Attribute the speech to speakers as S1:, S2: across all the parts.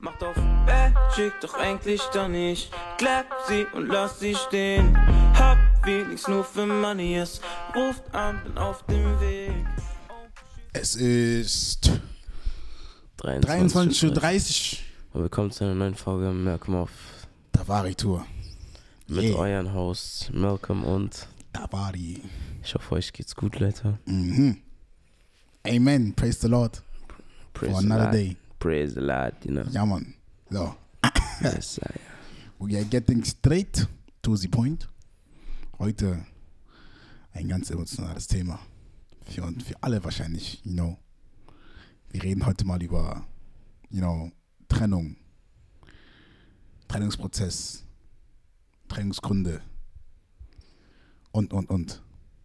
S1: Macht auf Bett, schickt doch eigentlich doch nicht. Clap sie und lass sie stehen. Hab wenigstens nur für Money, es ruft an, bin auf dem Weg.
S2: Es ist
S3: 23.30
S2: 23.30 Uhr.
S3: Willkommen zu einer neuen Folge Malcolm auf
S2: Davari-Tour.
S3: mit
S2: Yeah.
S3: euren Hosts Malcolm und
S2: Davari.
S3: ich hoffe euch geht's gut, Leute.
S2: Mhm. Amen. Praise the Lord.
S3: Praise
S2: For another
S3: Lord.
S2: day.
S3: Praise the Lord, you know.
S2: Ja, Mann. So,
S3: Yes, I-
S2: we are getting straight to the point. Heute ein ganz emotionales Thema. Für, und für alle wahrscheinlich, you know. Wir reden heute mal über, you know, Trennung. Trennungsprozess. Trennungsgründe. Und, und, und.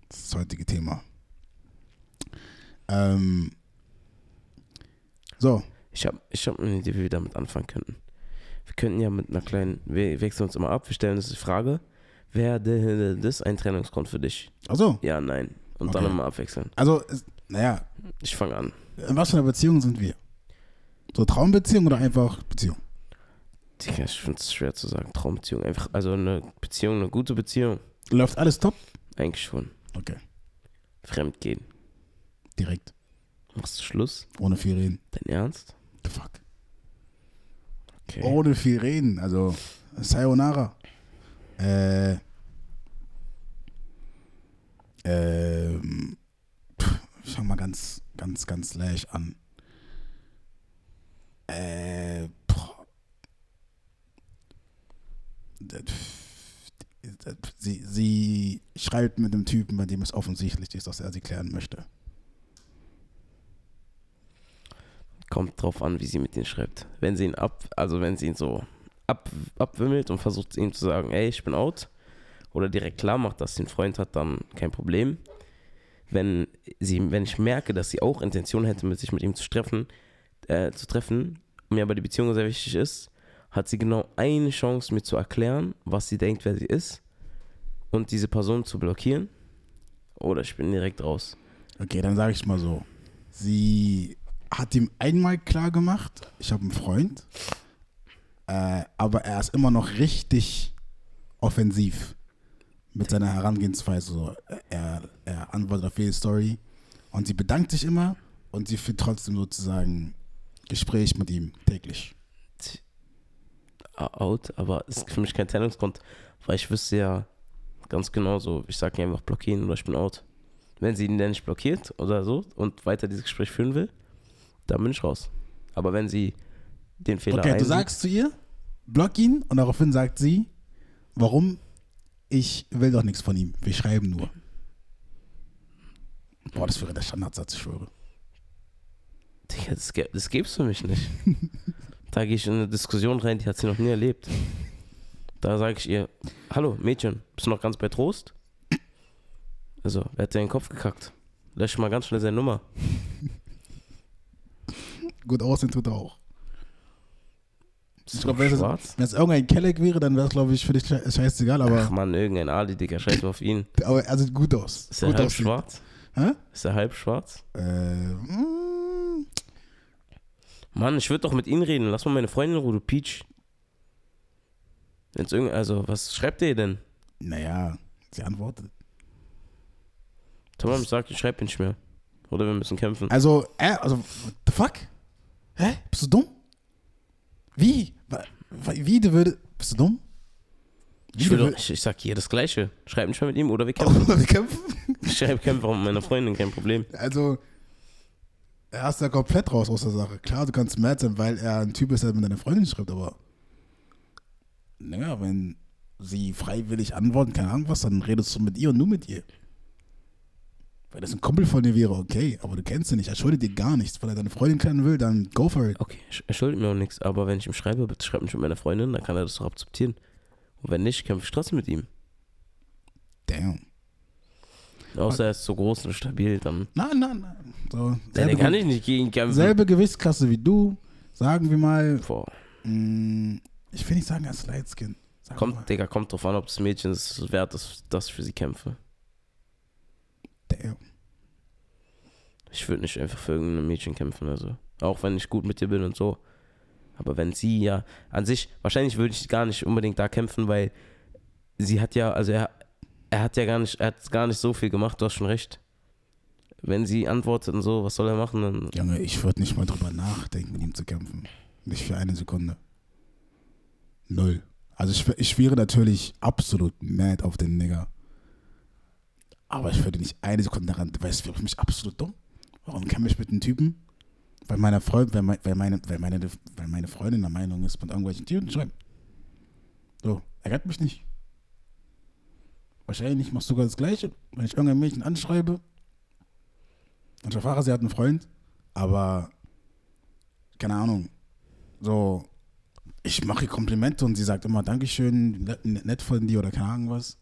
S2: Das ist das heutige Thema. Ähm, so,
S3: Ich habe ich hab eine Idee, wie wir damit anfangen könnten. Wir könnten ja mit einer kleinen, wir wechseln uns immer ab, wir stellen uns die Frage, wäre de- das ein Trennungsgrund für dich?
S2: also,
S3: Ja, nein. Und
S2: Okay.
S3: dann immer abwechseln.
S2: also, es- naja,
S3: Ich fange an.
S2: In was für einer Beziehung sind wir? So Traumbeziehung oder einfach Beziehung?
S3: Digga, ich finde es schwer zu sagen. Traumbeziehung. Einfach, also eine Beziehung, eine gute Beziehung.
S2: Läuft alles top?
S3: Eigentlich schon.
S2: Okay.
S3: Fremdgehen.
S2: Direkt.
S3: Machst du Schluss?
S2: Ohne viel reden.
S3: Dein Ernst?
S2: The fuck.
S3: Okay.
S2: Ohne viel reden. Also, Sayonara. Äh. Ähm. pff, Ich fang mal ganz, ganz, ganz leicht an. Äh. boah. Das- das- Sie, sie schreibt mit einem Typen, bei dem es offensichtlich ist, dass er sie klären möchte.
S3: Kommt drauf an, wie sie mit ihm schreibt. Wenn sie ihn ab, also wenn sie ihn so ab, abwimmelt und versucht ihm zu sagen, ey, ich bin out, oder direkt klar macht, dass sie einen Freund hat, dann kein Problem. Wenn sie, wenn ich merke, dass sie auch Intention hätte, mit sich mit ihm zu treffen, äh, zu treffen, mir aber die Beziehung sehr wichtig ist, hat sie genau eine Chance, mir zu erklären, was sie denkt, wer sie ist, und diese Person zu blockieren. Oder ich bin direkt raus.
S2: Okay, dann sage ich mal so. Sie hat ihm einmal klar gemacht, ich habe einen Freund, äh, aber er ist immer noch richtig offensiv mit seiner Herangehensweise. So, er, er antwortet auf jede Story und sie bedankt sich immer und sie führt trotzdem sozusagen Gespräch mit ihm täglich.
S3: out, aber es ist für mich kein Trennungsgrund, weil ich wüsste ja ganz genau so, ich sage einfach blockieren oder ich bin out. Wenn sie ihn dann nicht blockiert oder so und weiter dieses Gespräch führen will, dann bin ich raus. Aber wenn sie den Fehler
S2: Okay, du
S3: einsieht-
S2: sagst zu ihr, block ihn und daraufhin sagt sie, warum? Ich will doch nichts von ihm. Wir schreiben nur. Boah, das wäre der Standardsatz, ich schwöre.
S3: Digga, das, gä- das gibt's für mich nicht. da gehe ich in eine Diskussion rein, die hat sie noch nie erlebt. Da sage ich ihr, hallo Mädchen, bist du noch ganz bei Trost? Also, er hat dir in den Kopf gekackt. Lösch mal ganz schnell seine Nummer.
S2: Gut aussehen tut er auch. Ich
S3: Ist doch
S2: glaub, wer ist-
S3: schwarz.
S2: Wenn es irgendein Kelleck wäre, dann wäre es, glaube ich, für dich sche- scheißegal,
S3: Ach
S2: aber,
S3: man, irgendein Ali, Digga, scheiß mal auf ihn.
S2: aber er sieht gut aus.
S3: Ist er halt
S2: gut
S3: halb
S2: aussieht.
S3: schwarz?
S2: Hä?
S3: Ist er halb schwarz?
S2: Äh, mm,
S3: Mann, ich würde doch mit ihm reden. Lass mal meine Freundin in Ruhe, du Peach. Wenn's irgend... Also, was schreibt ihr denn?
S2: naja, sie antwortet.
S3: Tom sagt, ich schreibe nicht mehr. Oder wir müssen kämpfen.
S2: Also, äh, also, what the fuck? Hä? Bist du dumm? Wie? Wa- wa- Wie, du würdest. Bist du dumm?
S3: Ich, will doch, ich, ich sag hier das Gleiche. Schreib nicht mehr mit ihm oder wir kämpfen.
S2: wir kämpfen.
S3: Ich schreibe Kämpfer mit meiner Freundin, kein Problem.
S2: Also, er ist da komplett raus aus der Sache. Klar, du kannst mad sein, weil er ein Typ ist, der mit deiner Freundin schreibt, aber. Naja, wenn sie freiwillig antworten, keine Ahnung was, dann redest du mit ihr und nur mit ihr. Wenn das ein Kumpel von dir wäre, okay, aber du kennst ihn nicht, er schuldet dir gar nichts. Wenn er deine Freundin klären will, dann go for it.
S3: Okay, ich- er schuldet mir auch nichts. Aber wenn ich ihm schreibe, bitte schreib nicht mit meiner Freundin, dann kann er das doch akzeptieren. Und wenn nicht, kämpfe ich trotzdem mit ihm.
S2: Damn.
S3: Außer er ist so groß und stabil, dann...
S2: Nein, nein, nein. So,
S3: Ja,
S2: selbe,
S3: der kann ich nicht gegen kämpfen.
S2: selbe Gewichtsklasse wie du. Sagen wir mal,
S3: Boah.
S2: mh, ich will nicht sagen, er ist Light Skin. Sag mal,
S3: Kommt, Digga, kommt drauf an, ob das Mädchen es wert ist, dass ich für sie kämpfe.
S2: damn.
S3: Ich würde nicht einfach für irgendein Mädchen kämpfen, also. Auch wenn ich gut mit dir bin und so. Aber wenn sie ja an sich, wahrscheinlich würde ich gar nicht unbedingt da kämpfen, weil sie hat ja, also er, er hat ja gar nicht, er hat gar nicht so viel gemacht, du hast schon recht. Wenn sie antwortet und so, was soll er machen? Dann,
S2: Junge, ich würde nicht mal drüber nachdenken, mit ihm zu kämpfen. Nicht für eine Sekunde. Null. Also ich, wär- ich wäre natürlich absolut mad auf den Nigger. Aber ich würde nicht eine Sekunde daran, weißt du, ich mich absolut dumm. Warum kämpfe ich mit einem Typen? Weil, meiner Freund, weil, mein, weil, meine, weil, meine, weil meine Freundin der Meinung ist, mit irgendwelchen Typen schreiben. So, ärgert mich nicht. Wahrscheinlich machst du sogar das Gleiche. Wenn ich irgendein Mädchen anschreibe, und ich erfahre, sie hat einen Freund, aber keine Ahnung. So, ich mache ihr Komplimente und sie sagt immer Dankeschön, net- nett von dir oder keine Ahnung was.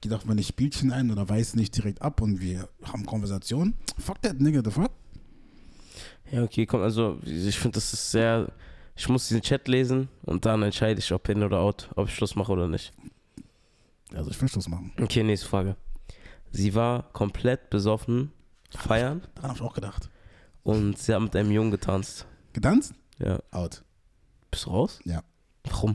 S2: Geht auf meine Spielchen ein oder weist nicht direkt ab und wir haben Konversationen. Fuck that nigga, the fuck?
S3: ja, okay, komm, also ich finde, das ist sehr, ich muss diesen Chat lesen und dann entscheide ich, ob hin oder out, ob ich Schluss mache oder nicht.
S2: Also ich will Schluss machen.
S3: Okay, nächste Frage. Sie war komplett besoffen, feiern
S2: Daran habe ich auch gedacht.
S3: und sie hat mit einem Jungen getanzt.
S2: Getanzt?
S3: Ja.
S2: Out.
S3: Bist du raus?
S2: Ja.
S3: Warum?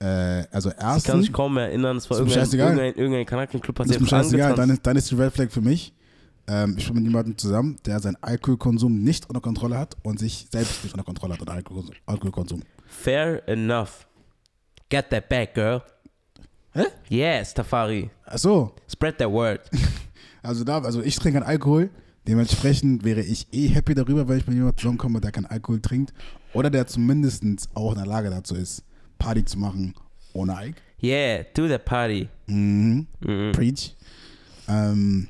S2: Äh, also
S3: Ich kann
S2: erstens,
S3: mich kaum mehr erinnern, es war
S2: Ist mir
S3: irgendein,
S2: scheißegal.
S3: irgendein, irgendein Kanakenclub, hat sie
S2: ist mir
S3: einfach
S2: scheißegal, dann
S3: angetanzt.
S2: ist, dann ist die Red Flag für mich. Ähm, ich bin mit jemandem zusammen, der seinen Alkoholkonsum nicht unter Kontrolle hat und sich selbst nicht unter Kontrolle hat, oder Alkoholkonsum. Alkoholkonsum.
S3: Fair enough. Get that back, girl.
S2: Hä?
S3: Yes, Tafari.
S2: Ach so,
S3: Spread that word.
S2: also da, also ich trinke keinen Alkohol. Dementsprechend wäre ich eh happy darüber, wenn ich mit jemandem zusammenkomme, der keinen Alkohol trinkt oder der zumindest auch in der Lage dazu ist, Party zu machen ohne Alk.
S3: Yeah, do the party.
S2: Mhm.
S3: Mhm.
S2: Preach. Ähm,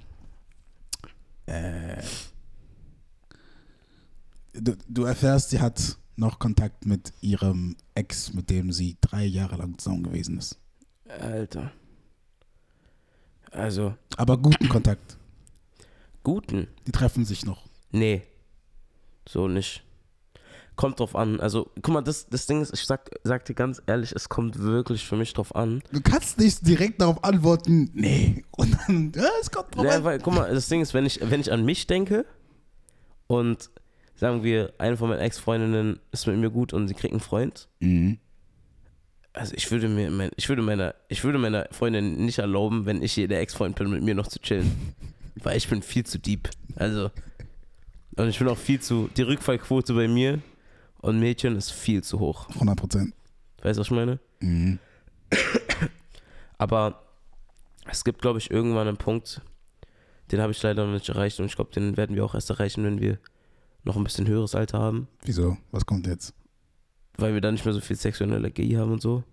S2: äh, du, du erfährst, sie hat noch Kontakt mit ihrem Ex, mit dem sie drei Jahre lang zusammen gewesen ist.
S3: Alter. Also,
S2: Aber guten Kontakt.
S3: guten.
S2: Die treffen sich noch.
S3: Nee. So nicht. Kommt drauf an. Also, guck mal, das, das Ding ist, ich sag, sag dir ganz ehrlich, es kommt wirklich für mich drauf an.
S2: Du kannst nicht direkt darauf antworten, nee. Und dann, ja, es kommt drauf
S3: Ja,
S2: an.
S3: weil, guck mal, das Ding ist, wenn ich, wenn ich an mich denke und sagen wir, eine von meinen Ex-Freundinnen ist mit mir gut und sie kriegt einen Freund,
S2: Mhm.
S3: also ich würde mir, mein, ich würde meiner, ich würde meiner Freundin nicht erlauben, wenn ich hier der Ex-Freund bin, mit mir noch zu chillen. Weil ich bin viel zu deep. Also. Und ich bin auch viel zu. Die Rückfallquote bei mir und Mädchen ist viel zu hoch.
S2: 100 Prozent.
S3: Weißt du, was ich meine?
S2: Mhm.
S3: Aber es gibt, glaube ich, irgendwann einen Punkt, den habe ich leider noch nicht erreicht und ich glaube, den werden wir auch erst erreichen, wenn wir noch ein bisschen höheres Alter haben,
S2: Wieso? Was kommt jetzt?
S3: weil wir dann nicht mehr so viel sexuelle Energie haben und so,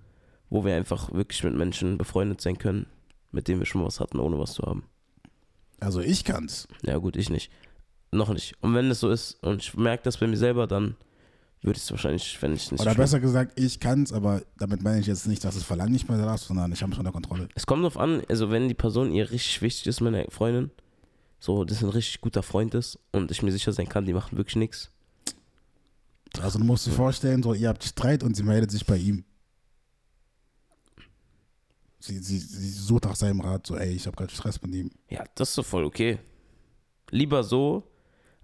S3: wo wir einfach wirklich mit Menschen befreundet sein können, mit denen wir schon mal was hatten, ohne was zu haben.
S2: Also ich kann's.
S3: Ja gut, ich nicht. Noch nicht. Und wenn es so ist und ich merke das bei mir selber, dann würde ich es wahrscheinlich, wenn ich nicht...
S2: Oder
S3: schlimm-
S2: besser gesagt, ich kannst, aber damit meine ich jetzt nicht, dass es Verlangen nicht mehr da ist, sondern ich habe es unter Kontrolle.
S3: Es kommt drauf an, also wenn die Person ihr richtig wichtig ist, meine Freundin, so, das ein richtig guter Freund ist und ich mir sicher sein kann, die machen wirklich nichts.
S2: Also du musst dir vorstellen, so, ihr habt Streit und sie meldet sich bei ihm. Sie, sie, sie sucht nach seinem Rat, so, ey, ich habe gerade Stress mit ihm.
S3: Ja, das ist doch voll okay. Lieber so,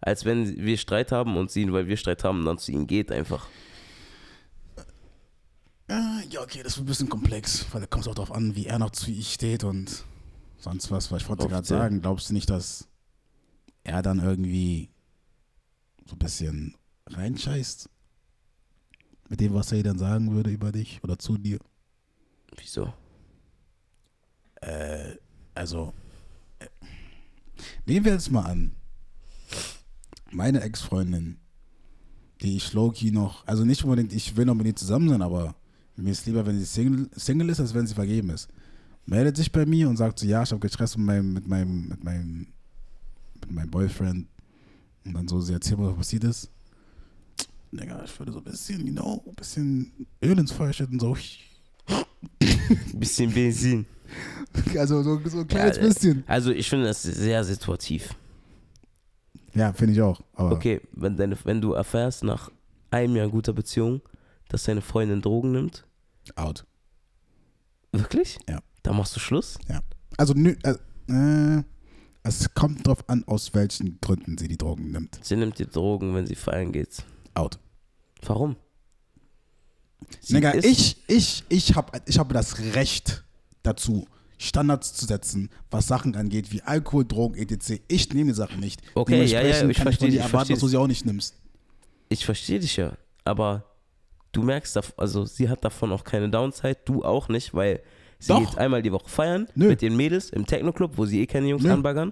S3: als wenn wir Streit haben und sie, weil wir Streit haben, dann zu ihnen geht einfach.
S2: Ah, ja, okay, das wird ein bisschen komplex, weil da kommt es auch darauf an, wie er noch zu ich steht und sonst was. Weil ich wollte
S3: Oft
S2: gerade
S3: sehr.
S2: sagen, glaubst du nicht, dass er dann irgendwie so ein bisschen reinscheißt? Mit dem, was er ihr dann sagen würde über dich oder zu dir?
S3: Wieso?
S2: Äh, also, äh, nehmen wir jetzt mal an, meine Ex-Freundin, die ich Loki noch, also nicht unbedingt, ich will noch mit ihr zusammen sein, aber mir ist lieber, wenn sie Single, Single ist, als wenn sie vergeben ist. Meldet sich bei mir und sagt so, ja, ich habe gestresst mit meinem, mit meinem, mit meinem, mit meinem Boyfriend. Und dann so, sie erzählt mir, was passiert ist. Digga, ich würde so ein bisschen, you know, ein bisschen Öl ins Feuer schütten, so,
S3: bisschen Benzin.
S2: also so, so ein kleines
S3: Ja, äh,
S2: bisschen.
S3: Also ich finde das sehr situativ.
S2: Ja, finde ich auch. Aber
S3: Okay, wenn, deine, wenn du erfährst nach einem Jahr guter Beziehung, dass deine Freundin Drogen nimmt.
S2: out.
S3: Wirklich?
S2: Ja.
S3: Dann machst du Schluss?
S2: Also, nö, äh, äh, es kommt drauf an, aus welchen Gründen sie die Drogen nimmt.
S3: Sie nimmt dir Drogen, wenn sie feiern geht.
S2: Out.
S3: Warum? Sie
S2: Nigga,
S3: ist-
S2: ich, ich, ich habe ich hab das Recht dazu, Standards zu setzen, was Sachen angeht, wie Alkohol, Drogen, etc. Ich nehme die Sachen nicht.
S3: Okay, ja, ja,
S2: Dementsprechend
S3: ich
S2: kann
S3: verstehe
S2: von dir
S3: dich, ich
S2: erwarten,
S3: verstehe
S2: dass du sie auch nicht nimmst.
S3: Ich verstehe dich ja, aber du merkst, dav- also sie hat davon auch keine Downside, du auch nicht, weil sie
S2: Doch.
S3: geht einmal die Woche feiern
S2: Nö.
S3: mit den Mädels im Techno-Club, wo sie eh keine Jungs
S2: Nö.
S3: anbaggern.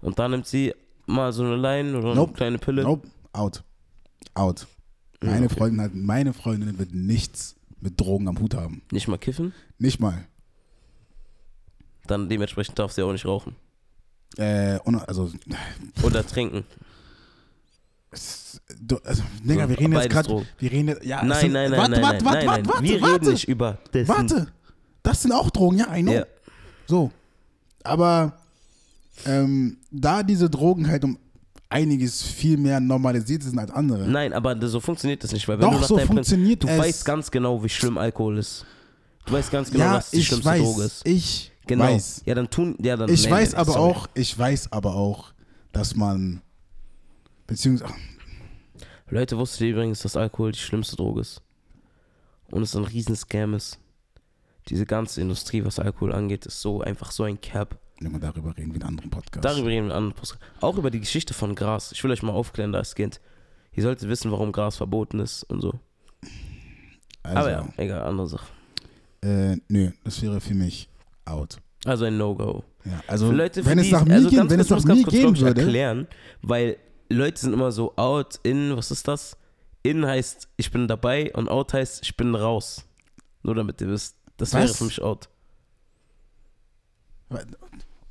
S3: Und da nimmt sie mal so eine Line oder
S2: Nope.
S3: eine kleine Pille.
S2: Nope, out. Out. Meine, Freundin hat, meine Freundin wird nichts mit Drogen am Hut haben.
S3: Nicht mal kiffen,
S2: Nicht mal.
S3: dann dementsprechend darf sie auch nicht rauchen
S2: Äh, und, also,
S3: oder trinken.
S2: du, also Digga, wir reden jetzt
S3: Beides
S2: gerade.
S3: Drogen.
S2: Wir reden jetzt. Ja, es
S3: Nein,
S2: sind-
S3: nein, nein,
S2: warte,
S3: nein,
S2: warte, warte,
S3: nein, nein,
S2: warte,
S3: nein.
S2: warte,
S3: Wir
S2: warte.
S3: reden nicht über dessen.
S2: Warte, das sind auch Drogen, ja, I know.
S3: Ja.
S2: So. Aber ähm, da diese Drogen halt um einiges viel mehr normalisiert sind als andere.
S3: Nein, aber das- so funktioniert das nicht, weil wenn
S2: Doch,
S3: du nach
S2: so
S3: deinem Prinzip-
S2: funktioniert
S3: du
S2: es.
S3: weißt ganz genau, wie schlimm Alkohol ist. Du weißt ganz genau,
S2: ja,
S3: was die
S2: ich
S3: schlimmste Droge
S2: weiß,
S3: ist.
S2: ich
S3: Genau.
S2: weiß.
S3: Ja, dann tun, ja, dann
S2: Ich
S3: nee,
S2: weiß
S3: nee,
S2: aber
S3: sorry.
S2: auch, ich weiß aber auch, dass man beziehungsweise
S3: Leute, wusstet ihr übrigens, dass Alkohol die schlimmste Droge ist? Und es ein riesen Scam ist. Diese ganze Industrie, was Alkohol angeht, ist so einfach so ein Cap.
S2: Junge, darüber reden wir in einem anderen Podcast.
S3: Darüber reden wir in einem anderen Post. Auch über die Geschichte von Gras. Ich will euch mal aufklären, da es geht. Ihr solltet wissen, warum Gras verboten ist und so.
S2: also,
S3: aber ja, egal, andere Sache.
S2: äh, nö, das wäre für mich out.
S3: Also ein No-Go.
S2: Ja, also
S3: Für Leute, für
S2: wenn es
S3: die-
S2: nach mir
S3: also
S2: gehen,
S3: ganz
S2: wenn
S3: kurz,
S2: es nach
S3: muss ganz
S2: mir
S3: kurz, glaub
S2: gehen
S3: ich,
S2: würde,
S3: erklären, weil Leute sind immer so out, in, was ist das? In heißt, ich bin dabei und out heißt, ich bin raus. Nur damit ihr wisst, das wäre
S2: Was?
S3: für mich out.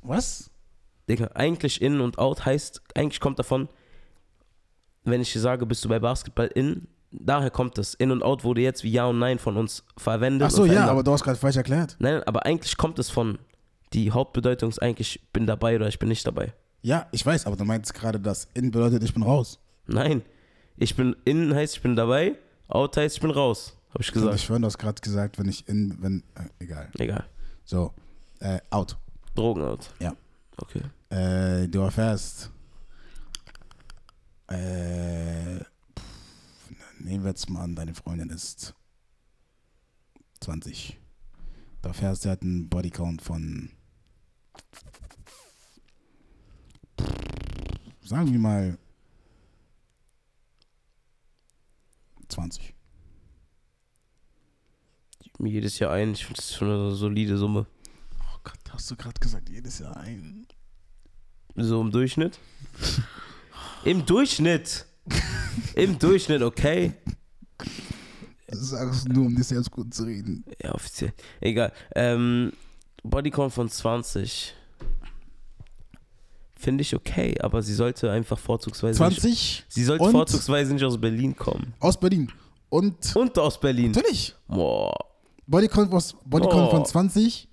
S2: was?
S3: Digga, eigentlich in und out heißt, eigentlich kommt davon, wenn ich dir sage, bist du bei Basketball in, daher kommt es. In und out wurde jetzt wie Ja und Nein von uns verwendet.
S2: Ach so,
S3: und
S2: ja,
S3: verändert.
S2: aber du hast gerade falsch erklärt.
S3: Nein, aber eigentlich kommt es von, die Hauptbedeutung ist eigentlich, ich bin dabei oder ich bin nicht dabei.
S2: Ja, ich weiß, aber du meinst gerade, dass in bedeutet, ich bin raus.
S3: Nein, ich bin in heißt, ich bin dabei, out heißt, ich bin raus, habe ich
S2: Und ich
S3: gesagt.
S2: schwöre, du hast gerade gesagt, wenn ich in, wenn, äh, egal.
S3: Egal,
S2: So, äh, out.
S3: Drogen out.
S2: Ja.
S3: Okay.
S2: Äh, du erfährst. Äh, pff, nehmen wir jetzt mal an, deine Freundin ist 20. Du erfährst, sie hat einen Bodycount von. Sagen wir mal. 20.
S3: Mir jedes Jahr ein, ich finde das schon eine solide Summe.
S2: Oh Gott, hast du gerade gesagt, jedes Jahr ein.
S3: So im Durchschnitt? Im Durchschnitt! Im Durchschnitt, okay.
S2: Das sagst du nur, um dich selbst gut zu reden.
S3: Ja, offiziell. Egal. Ähm, Bodycon von 20. Finde ich okay, aber sie sollte einfach vorzugsweise. Nicht,
S2: 20
S3: sie sollte
S2: und-
S3: vorzugsweise nicht aus Berlin kommen.
S2: aus Berlin. Und.
S3: Und aus Berlin.
S2: Natürlich.
S3: Boah.
S2: Bodycon, was, Bodycon
S3: Oh.
S2: von 20.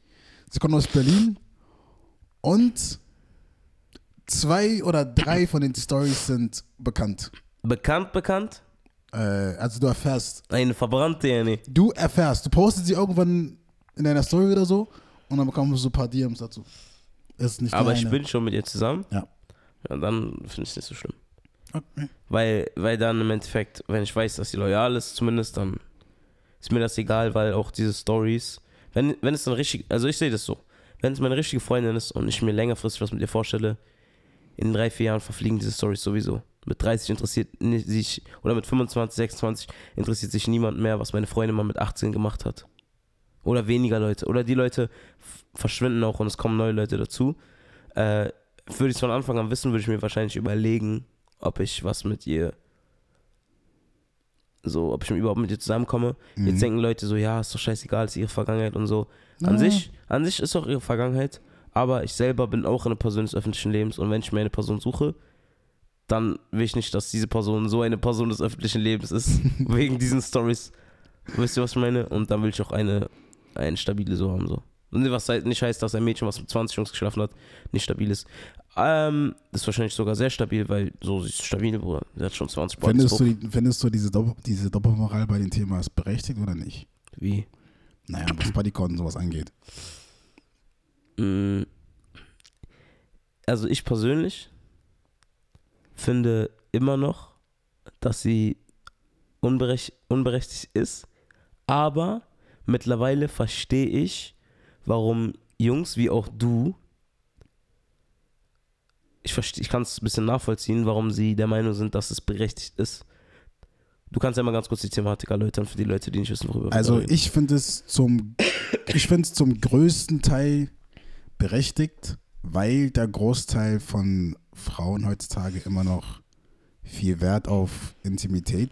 S2: Sie kommen aus Berlin. Und zwei oder drei von den Stories sind bekannt.
S3: Bekannt, bekannt?
S2: Äh, also du erfährst,
S3: Eine verbrannte, ja, nee.
S2: du erfährst, du postest sie irgendwann in deiner Story oder so und dann bekommst du so ein paar DMs dazu. Ist nicht
S3: Aber ich
S2: deine.
S3: bin schon mit ihr zusammen.
S2: Ja.
S3: Ja, dann finde ich es nicht so schlimm.
S2: Okay.
S3: Weil, weil dann im Endeffekt, wenn ich weiß, dass sie loyal ist, zumindest, dann ist mir das egal, weil auch diese Stories, wenn, wenn es dann richtig, also ich sehe das so, wenn es meine richtige Freundin ist und ich mir längerfristig was mit ihr vorstelle, in drei, vier Jahren verfliegen diese Stories sowieso. Mit 30 interessiert ni- sich, oder mit 25, 26 interessiert sich niemand mehr, was meine Freundin mal mit 18 gemacht hat. Oder weniger Leute. Oder die Leute f- verschwinden auch und es kommen neue Leute dazu. Äh, würde ich es von Anfang an wissen, würde ich mir wahrscheinlich überlegen, ob ich was mit ihr so, ob ich überhaupt mit ihr zusammenkomme. Jetzt denken Leute so, ja, ist doch scheißegal, ist ihre Vergangenheit und so. An
S2: Ah.
S3: sich, an sich ist auch ihre Vergangenheit, aber ich selber bin auch eine Person des öffentlichen Lebens und wenn ich mir eine Person suche, dann will ich nicht, dass diese Person so eine Person des öffentlichen Lebens ist, wegen diesen Stories. Wisst ihr, was ich meine? Und dann will ich auch eine, eine stabile so haben, so. Und was halt nicht heißt, dass ein Mädchen, was mit 20 Jungs geschlafen hat, nicht stabil ist. Ähm, ist wahrscheinlich sogar sehr stabil, weil so sie ist stabil, Bruder. Sie hat schon 20 Bodies
S2: Findest, du,
S3: hoch.
S2: die- findest du diese, Doppel, diese Doppelmoral bei dem Thema ist berechtigt oder nicht?
S3: Wie?
S2: Naja, was Bodycon und sowas angeht.
S3: Mm. Also ich persönlich finde immer noch, dass sie unberech unberechtigt ist, Aber mittlerweile verstehe ich, warum Jungs wie auch du, ich, verste- ich kann es ein bisschen nachvollziehen, warum sie der Meinung sind, dass es berechtigt ist. Du kannst ja mal ganz kurz die Thematik erläutern für die Leute, die nicht wissen, worüber wir
S2: Also
S3: reden.
S2: ich finde es zum ich finde es zum größten Teil berechtigt, weil der Großteil von Frauen heutzutage immer noch viel Wert auf Intimität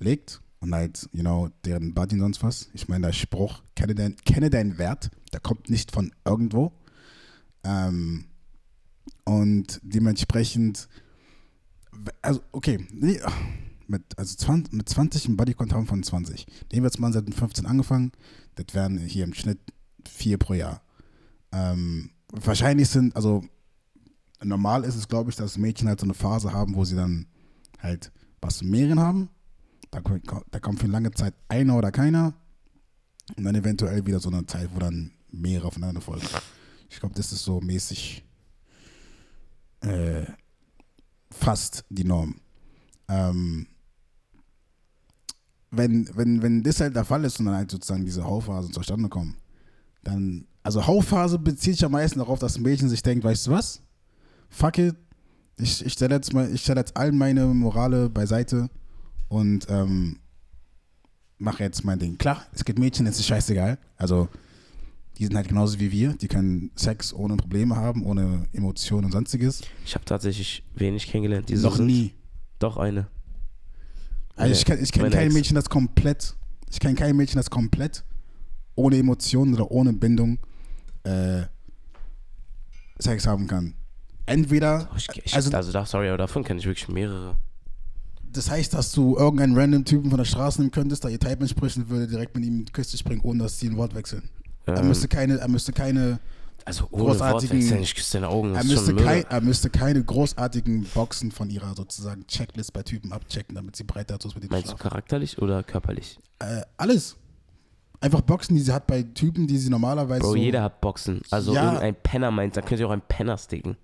S2: legt und halt, you know, deren Body und sonst was. Ich meine, der Spruch, kenne, dein, kenne deinen Wert, der kommt nicht von irgendwo. Ähm, und dementsprechend, also okay, nee, mit, also 20, mit 20 einen Bodycount haben von 20. Nehmen wir jetzt mal, seit 15 angefangen, das wären hier im Schnitt vier pro Jahr. Ähm, wahrscheinlich sind, also normal ist es, glaube ich, dass Mädchen halt so eine Phase haben, wo sie dann halt was zu mehreren haben. Da, ko- ko- da kommt für lange Zeit einer oder keiner. Und dann eventuell wieder so eine Zeit, wo dann mehrere aufeinander folgen. Ich glaube, das ist so mäßig äh, fast die Norm. Ähm, wenn, wenn, wenn das halt der Fall ist und dann halt sozusagen diese Hauphasen zustande kommen, dann, also Haupphase bezieht sich am meisten darauf, dass ein Mädchen sich denkt, weißt du was? Fuck it, ich, ich stelle jetzt, mal- ich stell jetzt all meine Morale beiseite und ähm, mache jetzt mein Ding. Klar, es gibt Mädchen, es ist scheißegal. Also, die sind halt genauso wie wir, die können Sex ohne Probleme haben, ohne Emotionen und sonstiges.
S3: Ich habe tatsächlich wenig kennengelernt. Die so
S2: Noch
S3: sind.
S2: nie.
S3: Doch eine.
S2: Also ich kenne ich kenn
S3: Meine
S2: kein
S3: Ex.
S2: Mädchen, das komplett, ich kenne kein Mädchen, das komplett ohne Emotionen oder ohne Bindung äh, Sex haben kann. Entweder,
S3: Oh, ich, ich,
S2: also
S3: also, also da, sorry, aber davon kenne ich wirklich mehrere.
S2: das heißt, dass du irgendeinen random Typen von der Straße nehmen könntest, der ihr Type entsprechen würde, direkt mit ihm in die Küste springen, ohne dass sie ein Wort wechseln. Er
S3: Ähm,
S2: müsste keine, er müsste keine,
S3: also ohne
S2: großartigen-
S3: Wortwechsel, ich küsse deine Augen.
S2: er
S3: Das ist
S2: müsste
S3: schon Müll.
S2: kein, er müsste keine großartigen Boxen von ihrer sozusagen Checklist bei Typen abchecken, damit sie bereit dazu ist, mit ihm zu
S3: Meinst du
S2: schlafen.
S3: charakterlich oder körperlich?
S2: Äh, alles. Einfach Boxen, die sie hat bei Typen, die sie normalerweise.
S3: Bro,
S2: so,
S3: jeder hat Boxen. Also
S2: Ja.
S3: irgendein Penner meint, dann könnt ihr auch einen Penner sticken.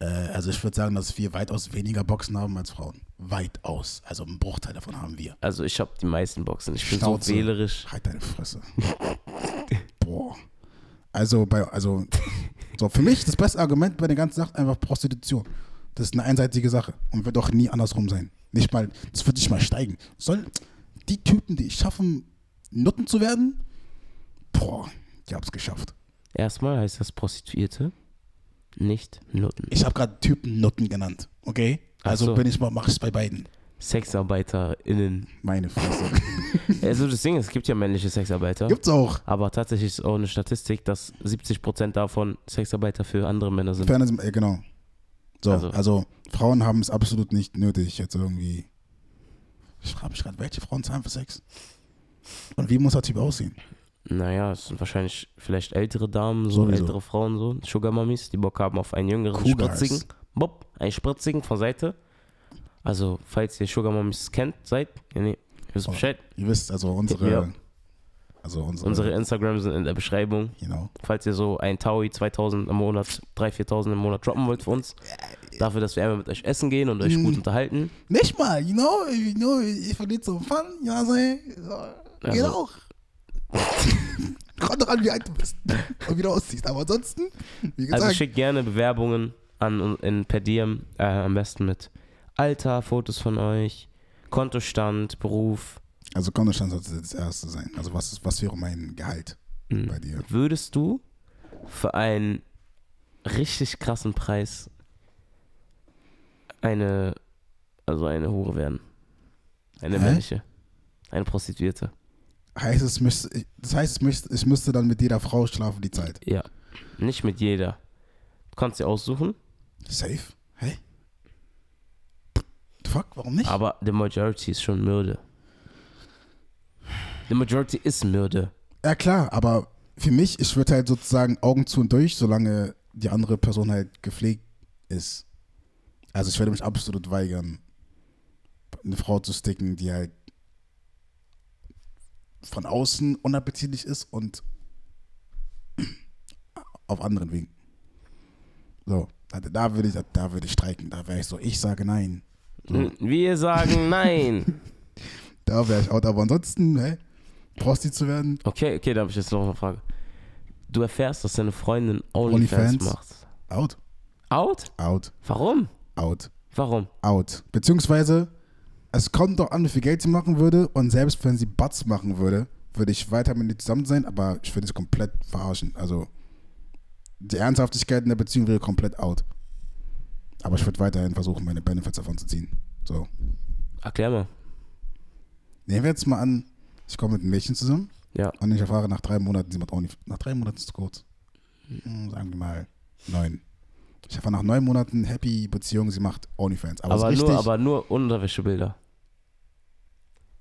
S2: Äh, also ich würde sagen, dass wir weitaus weniger Boxen haben als Frauen. Weitaus. Also einen Bruchteil davon haben wir.
S3: Also ich habe die meisten Boxen. Ich bin
S2: Schnauze.
S3: so wählerisch.
S2: Halt deine Fresse. Boah. Also bei, also, so für mich das beste Argument bei der ganzen Sache einfach Prostitution. Das ist eine einseitige Sache und wird auch nie andersrum sein. Nicht mal, das wird nicht mal steigen. Soll die Typen, die es schaffen, Nutten zu werden? Boah, ich hab's geschafft.
S3: Erstmal heißt das Prostituierte, nicht Nutten.
S2: Ich habe gerade Typen Nutten genannt, okay?
S3: Ach
S2: Also
S3: so.
S2: bin ich mal, mach ich's bei beiden.
S3: SexarbeiterInnen.
S2: Meine Fresse.
S3: Also das Ding ist, es gibt ja männliche Sexarbeiter.
S2: Gibt's auch.
S3: Aber tatsächlich ist auch eine Statistik, dass 70% davon Sexarbeiter für andere Männer sind.
S2: Fairness, äh, genau. So, also,
S3: Also-
S2: Frauen haben es absolut nicht nötig, jetzt irgendwie. Ich frage mich gerade, welche Frauen zahlen für Sex? Und wie muss der Typ aussehen?
S3: Naja, es sind wahrscheinlich vielleicht ältere Damen, so
S2: Sowieso.
S3: ältere Frauen, so Sugar Mummies, die Bock haben auf einen jüngeren,
S2: Cougars.
S3: spritzigen. Bob, einen spritzigen von Seite. Also, falls ihr Sugar Mummies kennt, seid, ja, nee, ihr wisst
S2: Oh,
S3: Bescheid.
S2: Ihr wisst, also unsere.
S3: Ja.
S2: Also unsere.
S3: Unsere Instagram sind in der Beschreibung.
S2: You know.
S3: Falls ihr so ein Taui 2000 im Monat, 3000, 4000 im Monat droppen wollt für uns, dafür, dass wir einmal mit euch essen gehen und
S2: Mm.
S3: euch gut unterhalten.
S2: Nicht mal, you know, you know ich verliere so Fun, ja, sei. So, geht
S3: Also-
S2: auch. Kommt doch an, wie alt du bist und wie du aussiehst. Aber ansonsten, wie gesagt,
S3: Also schickt gerne Bewerbungen an in per DM, äh, am besten mit Alter, Fotos von euch, Kontostand, Beruf.
S2: also Kontostand sollte das erste sein. Also was, ist- was wäre mein Gehalt
S3: Mhm.
S2: bei dir?
S3: Würdest du für einen richtig krassen Preis eine, also eine Hure werden? Eine
S2: Hä?
S3: männliche. Eine Prostituierte.
S2: Heißt, es müsste, das heißt, es müsste, ich müsste dann mit jeder Frau schlafen, die Zeit.
S3: Ja. Nicht mit jeder. Du kannst sie aussuchen,
S2: Safe? Hey? Fuck, warum nicht?
S3: aber the majority ist schon mürde. The majority ist mürde.
S2: Ja klar, aber für mich, ich würde halt sozusagen Augen zu und durch, solange die andere Person halt gepflegt ist. Also ich werde mich absolut weigern, eine Frau zu sticken, die halt von außen unappetitlich ist und auf anderen Wegen. So, da, da würde ich, da würde ich streiken, da wäre ich so, ich sage nein. So.
S3: Wir sagen nein.
S2: Da wäre ich out. Aber ansonsten, hey, Prosti zu werden,
S3: Okay, okay, da habe ich jetzt noch eine Frage. Du erfährst, dass deine Freundin OnlyFans
S2: OnlyFans.
S3: macht.
S2: out,
S3: Out?
S2: out,
S3: Warum?
S2: out,
S3: Warum?
S2: out. Beziehungsweise, es kommt doch an, wie viel Geld sie machen würde. Und selbst wenn sie Butts machen würde, würde ich weiter mit ihr zusammen sein. Aber ich würde es komplett verarschen. Also, die Ernsthaftigkeit in der Beziehung wäre komplett out. Aber ich würde weiterhin versuchen, meine Benefits davon zu ziehen. So.
S3: Erklär mal.
S2: Nehmen wir jetzt mal an, ich komme mit einem Mädchen zusammen.
S3: Ja.
S2: Und ich erfahre nach drei Monaten, sie macht auch nicht. Nach drei Monaten ist es kurz. Hm, sagen wir mal neun. Ich erfahre nach neun Monaten Happy Beziehung, sie macht OnlyFans. Aber,
S3: Aber,
S2: aber ist richtig.
S3: nur, aber nur Unterwäschebilder.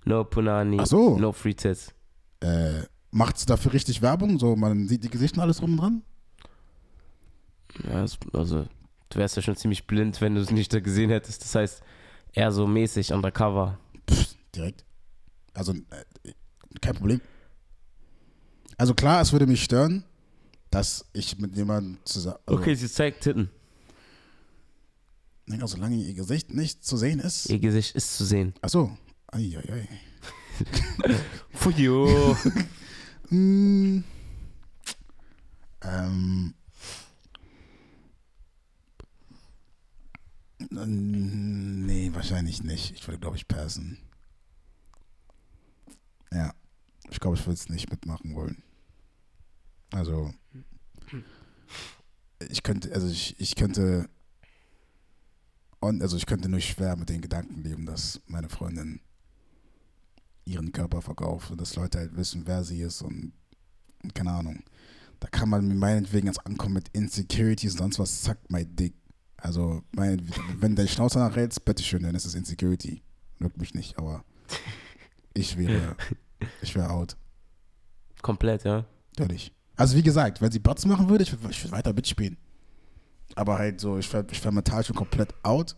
S3: No Punani.
S2: Ach so.
S3: No Free Tits.
S2: äh, macht sie dafür richtig Werbung? So, man sieht die Gesichter und alles rum und dran?
S3: Ja, das, also, du wärst ja schon ziemlich blind, wenn du es nicht gesehen hättest. Das heißt, eher so mäßig undercover.
S2: Pff, direkt. Also, äh, kein Problem. Also klar, es würde mich stören, dass ich mit jemandem zusammen. Also,
S3: Okay, sie zeigt Titten.
S2: Naja, also solange ihr Gesicht nicht zu sehen ist.
S3: Ihr Gesicht ist zu sehen.
S2: Achso. Eieiei.
S3: Fuyo.
S2: Mm. Ähm. N- Nee, wahrscheinlich nicht. Ich würde, glaube ich, passen. Ja. Ich glaube, ich würde es nicht mitmachen wollen. Also. Ich könnte, also ich, ich könnte. Und also ich könnte nur schwer mit den Gedanken leben, dass meine Freundin ihren Körper verkauft und dass Leute halt wissen, wer sie ist und, und keine Ahnung. Da kann man mir meinetwegen jetzt ankommen mit Insecurities und sonst was, zack, mein Dick. Also, mein, wenn dein Schnauze nachhältst, bitteschön, dann ist es Insecurity. Wirkt mich nicht, aber ich wäre, ich wäre out,
S3: Komplett, ja.
S2: natürlich. Also, wie gesagt, wenn sie Bots machen würde, ich würde ich würd weiter mitspielen. Aber halt so, ich wäre ich wär mental schon komplett out.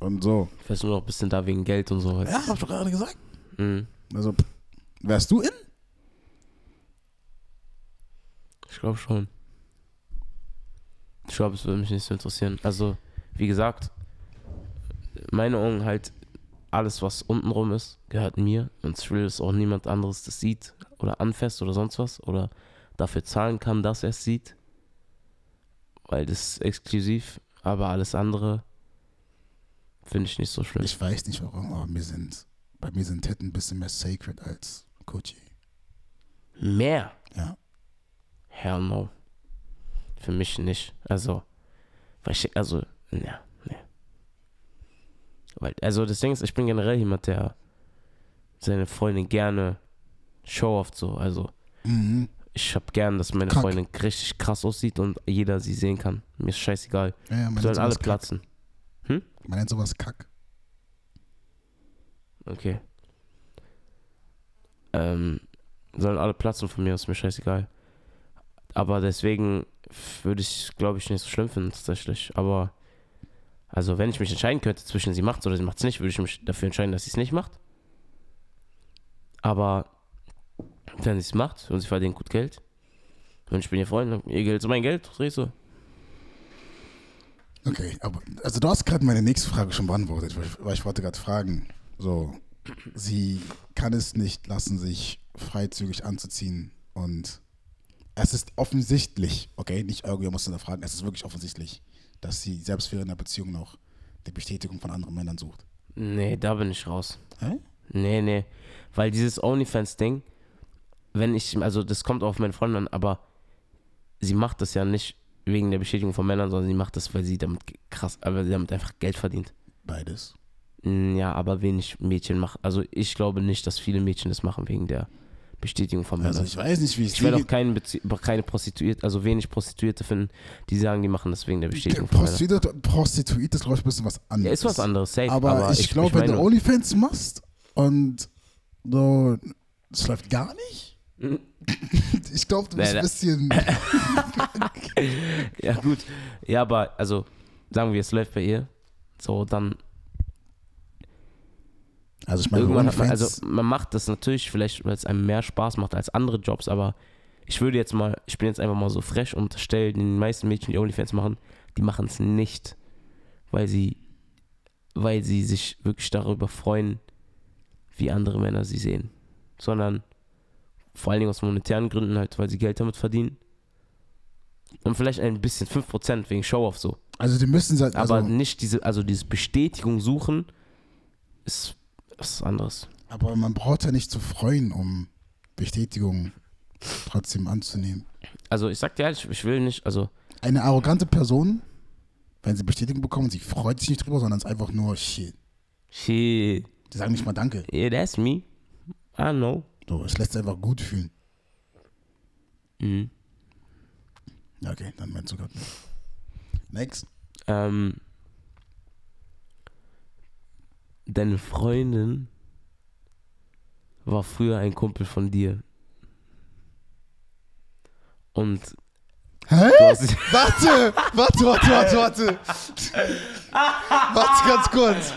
S2: Und so.
S3: Wärst nur noch ein bisschen da wegen Geld und so. halt.
S2: Ja, hab ich doch gerade gesagt.
S3: Mhm.
S2: Also, pff, wärst du in?
S3: Ich glaube schon. Ich glaube, es würde mich nicht so interessieren. Also, wie gesagt, meine Augen halt, alles, was unten rum ist, gehört mir. Und ich will, dass auch niemand anderes das sieht oder anfasst oder sonst was oder dafür zahlen kann, dass er es sieht. Weil das ist exklusiv, aber alles andere finde ich nicht so schlimm.
S2: Ich weiß nicht warum, aber mir sind, bei mir sind Titten ein bisschen mehr sacred als Gucci.
S3: Mehr?
S2: Ja.
S3: Hell no. Für mich nicht. Also, weil ich, also, ja, ne. Weil, also das Ding ist, ich bin generell jemand, der seine Freundin gerne show-oft so. Also,
S2: Mhm.
S3: ich hab gern, dass meine
S2: Krank.
S3: Freundin richtig krass aussieht und jeder sie sehen kann. Mir ist scheißegal.
S2: Ja, ja, man,
S3: Sollen
S2: nennt
S3: alle
S2: sowas Kack.
S3: platzen.
S2: man nennt sowas Kack.
S3: Okay. Ähm, sollen alle platzen von mir, ist mir scheißegal. Aber deswegen f- würde ich, glaube ich, nicht so schlimm finden, tatsächlich. Aber, also, wenn ich mich entscheiden könnte zwischen sie macht's oder sie macht's nicht, würde ich mich dafür entscheiden, dass sie es nicht macht. Aber, wenn sie es macht und sie verdient gut Geld, und ich bin ihr Freund, dann ihr Geld ist mein Geld, dreh so.
S2: Okay, aber also du hast gerade meine nächste Frage schon beantwortet, weil ich, weil ich wollte gerade fragen. So, sie kann es nicht lassen, sich freizügig anzuziehen und es ist offensichtlich, okay, nicht irgendwie muss fragen, es ist wirklich offensichtlich, dass sie selbst während der Beziehung noch die Bestätigung von anderen Männern sucht.
S3: Nee, da bin ich raus.
S2: Hä?
S3: Nee, nee. Weil dieses OnlyFans-Ding, wenn ich, also das kommt auf meine Freundin an, aber sie macht das ja nicht wegen der Bestätigung von Männern, sondern sie macht das, weil sie damit ge- krass, äh, weil sie damit einfach Geld verdient.
S2: Beides.
S3: Mm, Ja, aber wenig Mädchen machen. Also ich glaube nicht, dass viele Mädchen das machen wegen der Bestätigung von Männern.
S2: Also ich weiß nicht, wie es
S3: ich werde
S2: dir
S3: auch keinen Bezie- keine Prostituierte, also wenig Prostituierte finden, die sagen, die machen das wegen der Bestätigung von Männern.
S2: Prostituierte, Prostituierte ist, glaube ich, ein bisschen was anderes.
S3: Ja, ist was anderes, safe.
S2: Aber, ich, glaube, wenn
S3: meine-
S2: du Onlyfans machst und so, es läuft gar nicht, ich glaube, du bist
S3: Mhm.
S2: ein bisschen.
S3: Nee, da- Ja, gut. Ja, aber also, sagen wir, es läuft bei ihr. So, dann
S2: Also, ich meine,
S3: irgendwann hat man,
S2: Onlyfans,
S3: also man macht das natürlich vielleicht, weil es einem mehr Spaß macht als andere Jobs, aber ich würde jetzt mal, ich bin jetzt einfach mal so frech und stelle den meisten Mädchen, die Onlyfans machen, die machen es nicht, weil sie, weil sie sich wirklich darüber freuen, wie andere Männer sie sehen, sondern vor allen Dingen aus monetären Gründen halt, weil sie Geld damit verdienen. Und vielleicht ein bisschen 5% wegen Show-Off so.
S2: Also die müssen seit. Also,
S3: Aber nicht diese, also diese Bestätigung suchen, ist was anderes.
S2: aber man braucht ja nicht zu freuen, um Bestätigung trotzdem anzunehmen.
S3: Also ich sag dir ehrlich, ich will nicht, also
S2: Eine arrogante Person, wenn sie Bestätigung bekommt, sie freut sich nicht drüber, sondern es ist einfach nur shit.
S3: shit,
S2: Die sagen nicht mal Danke.
S3: yeah, that's me. I don't know.
S2: So, es lässt einfach gut fühlen.
S3: Mhm.
S2: Ja, okay, dann meinst du gerade nicht. Next.
S3: Ähm, deine Freundin war früher ein Kumpel von dir. Und
S2: Hä?
S3: du hast dich,
S2: Warte, warte, warte, warte, warte. Warte ganz kurz.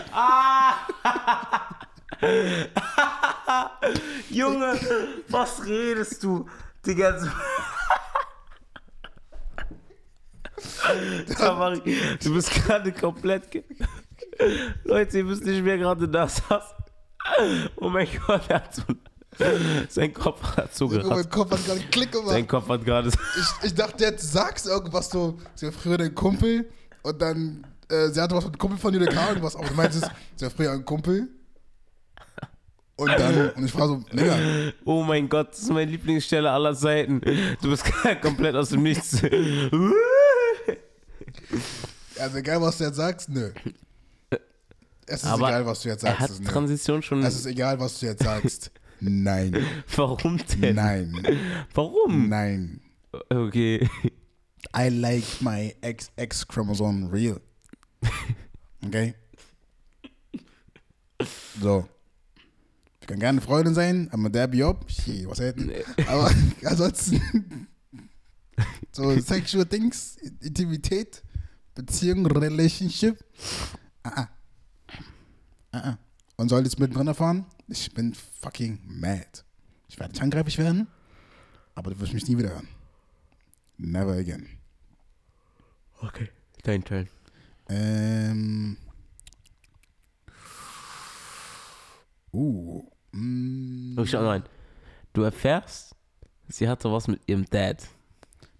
S3: Junge, was redest du? Die ganze. Tamari, du bist gerade komplett. Ge Leute, ihr wisst nicht mehr gerade das. Oh mein Gott, er hat so. Sein Kopf hat zugerast.
S4: Oh, mein Kopf hat gerade einen Klick
S3: Sein
S4: gemacht.
S3: Kopf hat gerade.
S4: Ich, ich dachte, jetzt sagst irgendwas so, sie war früher dein Kumpel und dann, äh, sie hatte was mit einem Kumpel von dir, der kam irgendwas, aber du meintest, sie war früher ein Kumpel. Und dann, und ich war so, Nigga,
S3: Oh mein Gott, das ist meine Lieblingsstelle aller Zeiten. Du bist gerade komplett aus dem Nichts.
S4: also egal, was du jetzt sagst, nö. Es ist
S3: Aber
S4: egal, was du jetzt
S3: Er
S4: sagst,
S3: hat
S4: es ist nö.
S3: Transition schon.
S4: Es ist egal, was du jetzt sagst. Nein,
S3: Warum denn?
S4: nein,
S3: Warum?
S4: nein.
S3: Okay.
S2: I like my XX chromosome real. Okay?
S4: So.
S2: Wir können gerne Freundin sein, aber der Biob, shit, was hätten.
S4: Aber ansonsten, so sexual things, Intimität,
S2: Beziehung, Relationship. Ah, ah. Ah, ah. Und soll jetzt mittendrin erfahren? Ich bin fucking mad. Ich werde nicht handgreiflich werden, aber du wirst mich nie wieder hören. Never again.
S3: Okay. Dein Teil.
S2: Ähm. Uh. Mm.
S3: Okay, schau mal rein. Du erfährst, sie hatte was mit ihrem Dad.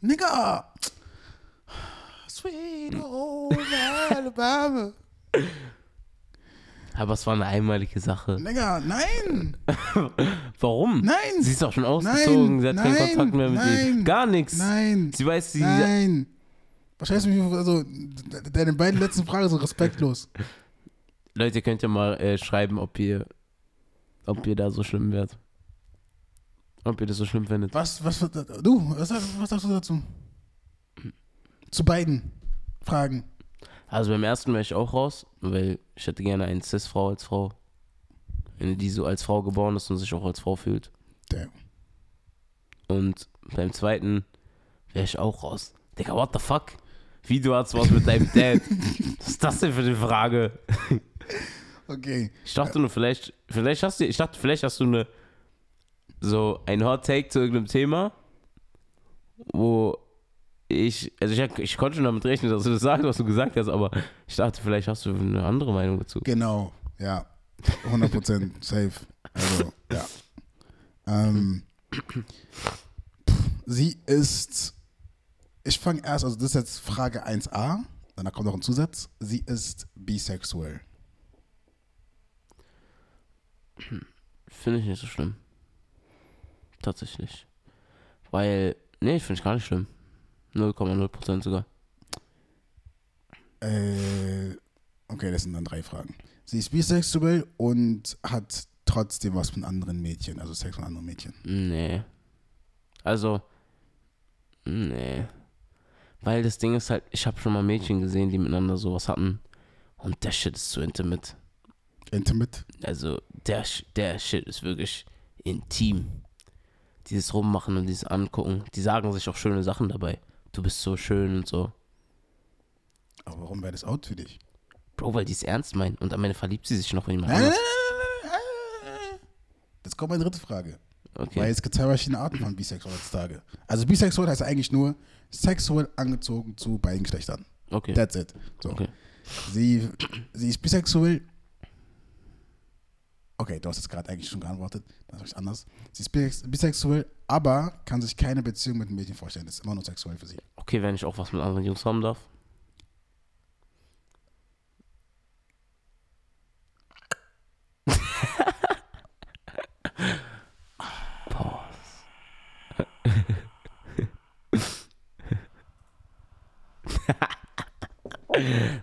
S2: Nigga! Sweet home Alabama.
S3: Aber es war eine einmalige Sache.
S2: Nigga, nein!
S3: Warum?
S2: Nein!
S3: Sie ist doch schon ausgezogen. sie hat keinen
S2: nein,
S3: Kontakt mehr mit
S2: nein,
S3: ihm. Gar nichts.
S2: Nein!
S3: Sie weiß, sie.
S2: Nein! Was heißt mich, also, de- deine beiden letzten Fragen sind respektlos.
S3: Leute, könnt ihr mal äh, schreiben, ob ihr, ob ihr da so schlimm wärt. Ob ihr das so schlimm findet.
S2: Was, was, du, was, sag- was sagst du dazu? Zu beiden Fragen.
S3: Also beim ersten wäre ich auch raus, weil ich hätte gerne eine Cis-Frau als Frau. Eine, die so als Frau geboren ist und sich auch als Frau fühlt.
S2: Damn.
S3: Und beim zweiten wäre ich auch raus. Digga, what the fuck? Wie du hast was mit deinem Dad? Was ist das denn für eine Frage?
S2: Okay.
S3: Ich dachte nur, vielleicht, vielleicht hast du, ich dachte, vielleicht hast du eine, so ein Hot Take zu irgendeinem Thema, wo ich, also ich, hab- ich konnte schon damit rechnen, dass du das sagst, was du gesagt hast, aber ich dachte, vielleicht hast du eine andere Meinung dazu.
S2: Genau, ja. 100% safe. Also, ja. Ähm, sie ist. Ich fange erst, also das ist jetzt Frage 1a, danach kommt noch ein Zusatz. Sie ist bisexuell.
S3: Finde ich nicht so schlimm. Tatsächlich. Weil, nee, finde ich gar nicht schlimm. 0,0% sogar.
S2: Äh, okay, das sind dann drei Fragen. Sie ist bisexuell und hat trotzdem was mit anderen Mädchen, also Sex mit anderen Mädchen.
S3: Nee. Also, nee. Weil das Ding ist halt, ich habe schon mal Mädchen gesehen, die miteinander sowas hatten. Und der Shit ist zu intimate.
S2: Intimate.
S3: Also, der, Sch- der Shit ist wirklich intim. Dieses Rummachen und dieses Angucken. Die sagen sich auch schöne Sachen dabei. Du bist so schön und so.
S2: Aber warum wäre das out für dich?
S3: Bro, weil die es ernst meinen. Und am Ende verliebt sie sich noch in jemand
S2: Nein, nein,
S3: anderen.
S2: nein, nein, nein, nein, nein. Jetzt kommt meine dritte Frage. Weil
S3: Okay.
S2: es gibt zwei verschiedene Arten von bisexuell heutzutage. Also bisexuell heißt eigentlich nur sexuell angezogen zu beiden Geschlechtern.
S3: Okay.
S2: That's it. So.
S3: Okay.
S2: Sie, sie ist bisexuell Okay, du hast jetzt gerade eigentlich schon geantwortet. Dann sag ich anders. Sie ist bisex- bisexuell, aber kann sich keine Beziehung mit einem Mädchen vorstellen. Das ist immer nur sexuell für sie.
S3: Okay, wenn ich auch was mit anderen Jungs haben darf. Boah.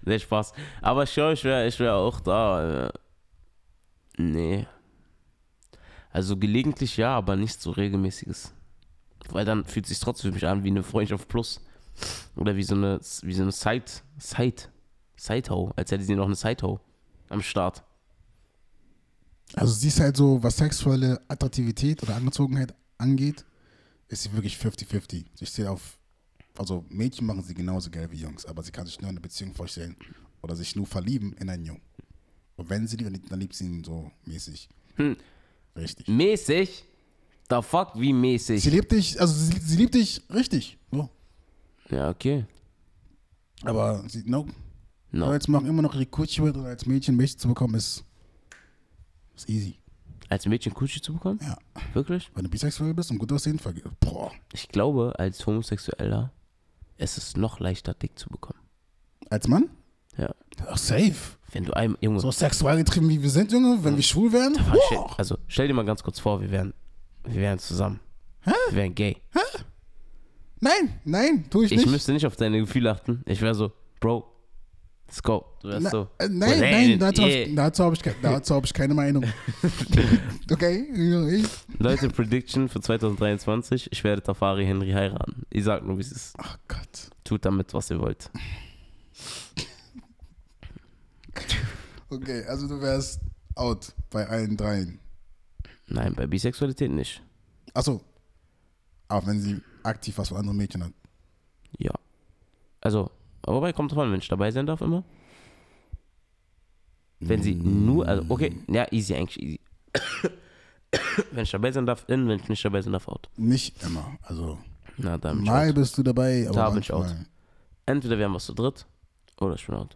S3: nee, Spaß. Aber ich schwör, ich wäre ich wär auch da. äh, Nee. Also gelegentlich ja, aber nichts so regelmäßiges. Weil dann fühlt sich trotzdem für mich an wie eine Freundschaft plus. Oder wie so eine, wie so eine Side, Side, Sidehau. Als hätte sie noch eine Sidehau am Start.
S2: Also sie ist halt so, was sexuelle Attraktivität oder Angezogenheit angeht, ist sie wirklich 50-50. Sie steht auf, also Mädchen machen sie genauso geil wie Jungs, aber sie kann sich nur eine Beziehung vorstellen oder sich nur verlieben in einen Jungen. Und wenn sie liebt, dann liebt sie ihn so mäßig.
S3: Hm.
S2: Richtig.
S3: Mäßig? The fuck, wie
S2: Sie
S3: mäßig?
S2: liebt dich, also sie, sie liebt dich richtig. So.
S3: Ja, okay.
S2: Aber sie, no.
S3: No.
S2: Leute machen immer noch ihre Kurzschwert und als Mädchen Mädchen zu bekommen ist, ist easy.
S3: Als Mädchen Kutschi zu bekommen?
S2: Ja.
S3: Wirklich?
S2: Wenn du bisexuell bist und gut aussehen, verge- boah.
S3: Ich glaube, als Homosexueller ist es noch leichter, dick zu bekommen.
S2: Als Mann?
S3: Ja.
S2: Ach, safe.
S3: Wenn du einem, Junge,
S2: So sexuell getrieben wie wir sind, Junge, wenn wir schwul wären.
S3: Mann, stell,
S2: boah.
S3: also stell dir mal ganz kurz vor, wir wären, wir wären zusammen. Wir wären gay.
S2: Nein, nein, tue ich,
S3: Ich
S2: nicht.
S3: müsste nicht auf deine Gefühle achten. Ich wäre so, Bro, let's go. Du wärst
S2: Na,
S3: so. eh.
S2: äh,
S3: "Well,
S2: nein,
S3: hey,
S2: nein, dazu habe
S3: yeah."
S2: ich, dazu hab ich, ke- dazu hab ich keine Meinung. okay? ja, ich-
S3: Leute, Prediction für 2023. Ich werde Tafari Henry heiraten. Ich sag nur, wie es ist.
S2: Ach oh Gott.
S3: Tut damit, was ihr wollt.
S2: Okay, also du wärst out bei allen dreien.
S3: Nein, bei Bisexualität nicht.
S2: Achso. Auch wenn sie aktiv was für andere Mädchen hat.
S3: Ja. Also, aber wobei kommt drauf an, wenn ich dabei sein darf immer. Wenn sie nur, also, okay, ja, easy, eigentlich easy. wenn ich dabei sein darf, in, wenn ich nicht dabei sein darf, out.
S2: Nicht immer. Also,
S3: Na, damit.
S2: mal bist du dabei, aber
S3: Da bin ich
S2: manchmal-
S3: Entweder wir haben was zu dritt oder ich bin out.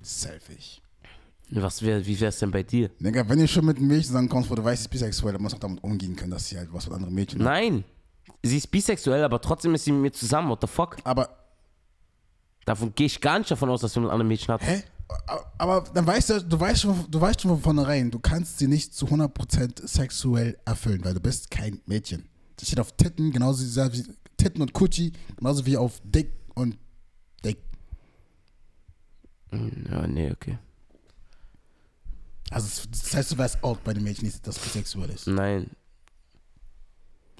S2: Selfish.
S3: Was wär, wie wär's denn bei dir?
S2: Digga, wenn ihr schon mit einem Mädchen zusammenkommst, wo du weißt, sie ist bisexuell, dann musst du auch damit umgehen können, dass sie halt was mit anderen Mädchen hat.
S3: Nein! Sie ist bisexuell, aber trotzdem ist sie mit mir zusammen, what the fuck?
S2: Aber
S3: Davon gehe ich gar nicht davon aus, dass wir mit anderen Mädchen hatten.
S2: Hä? Aber- Aber dann weißt du, du weißt schon, du weißt schon von vornherein, du kannst sie nicht zu 100% sexuell erfüllen, weil du bist kein Mädchen. Das steht auf Titten, genauso wie wie- Titten und Kutschi, genauso wie auf Dick und Dick.
S3: Ja, nee, okay.
S2: Also es- das heißt, du weißt auch bei den Mädchen nicht, dass du sexuell ist.
S3: Nein,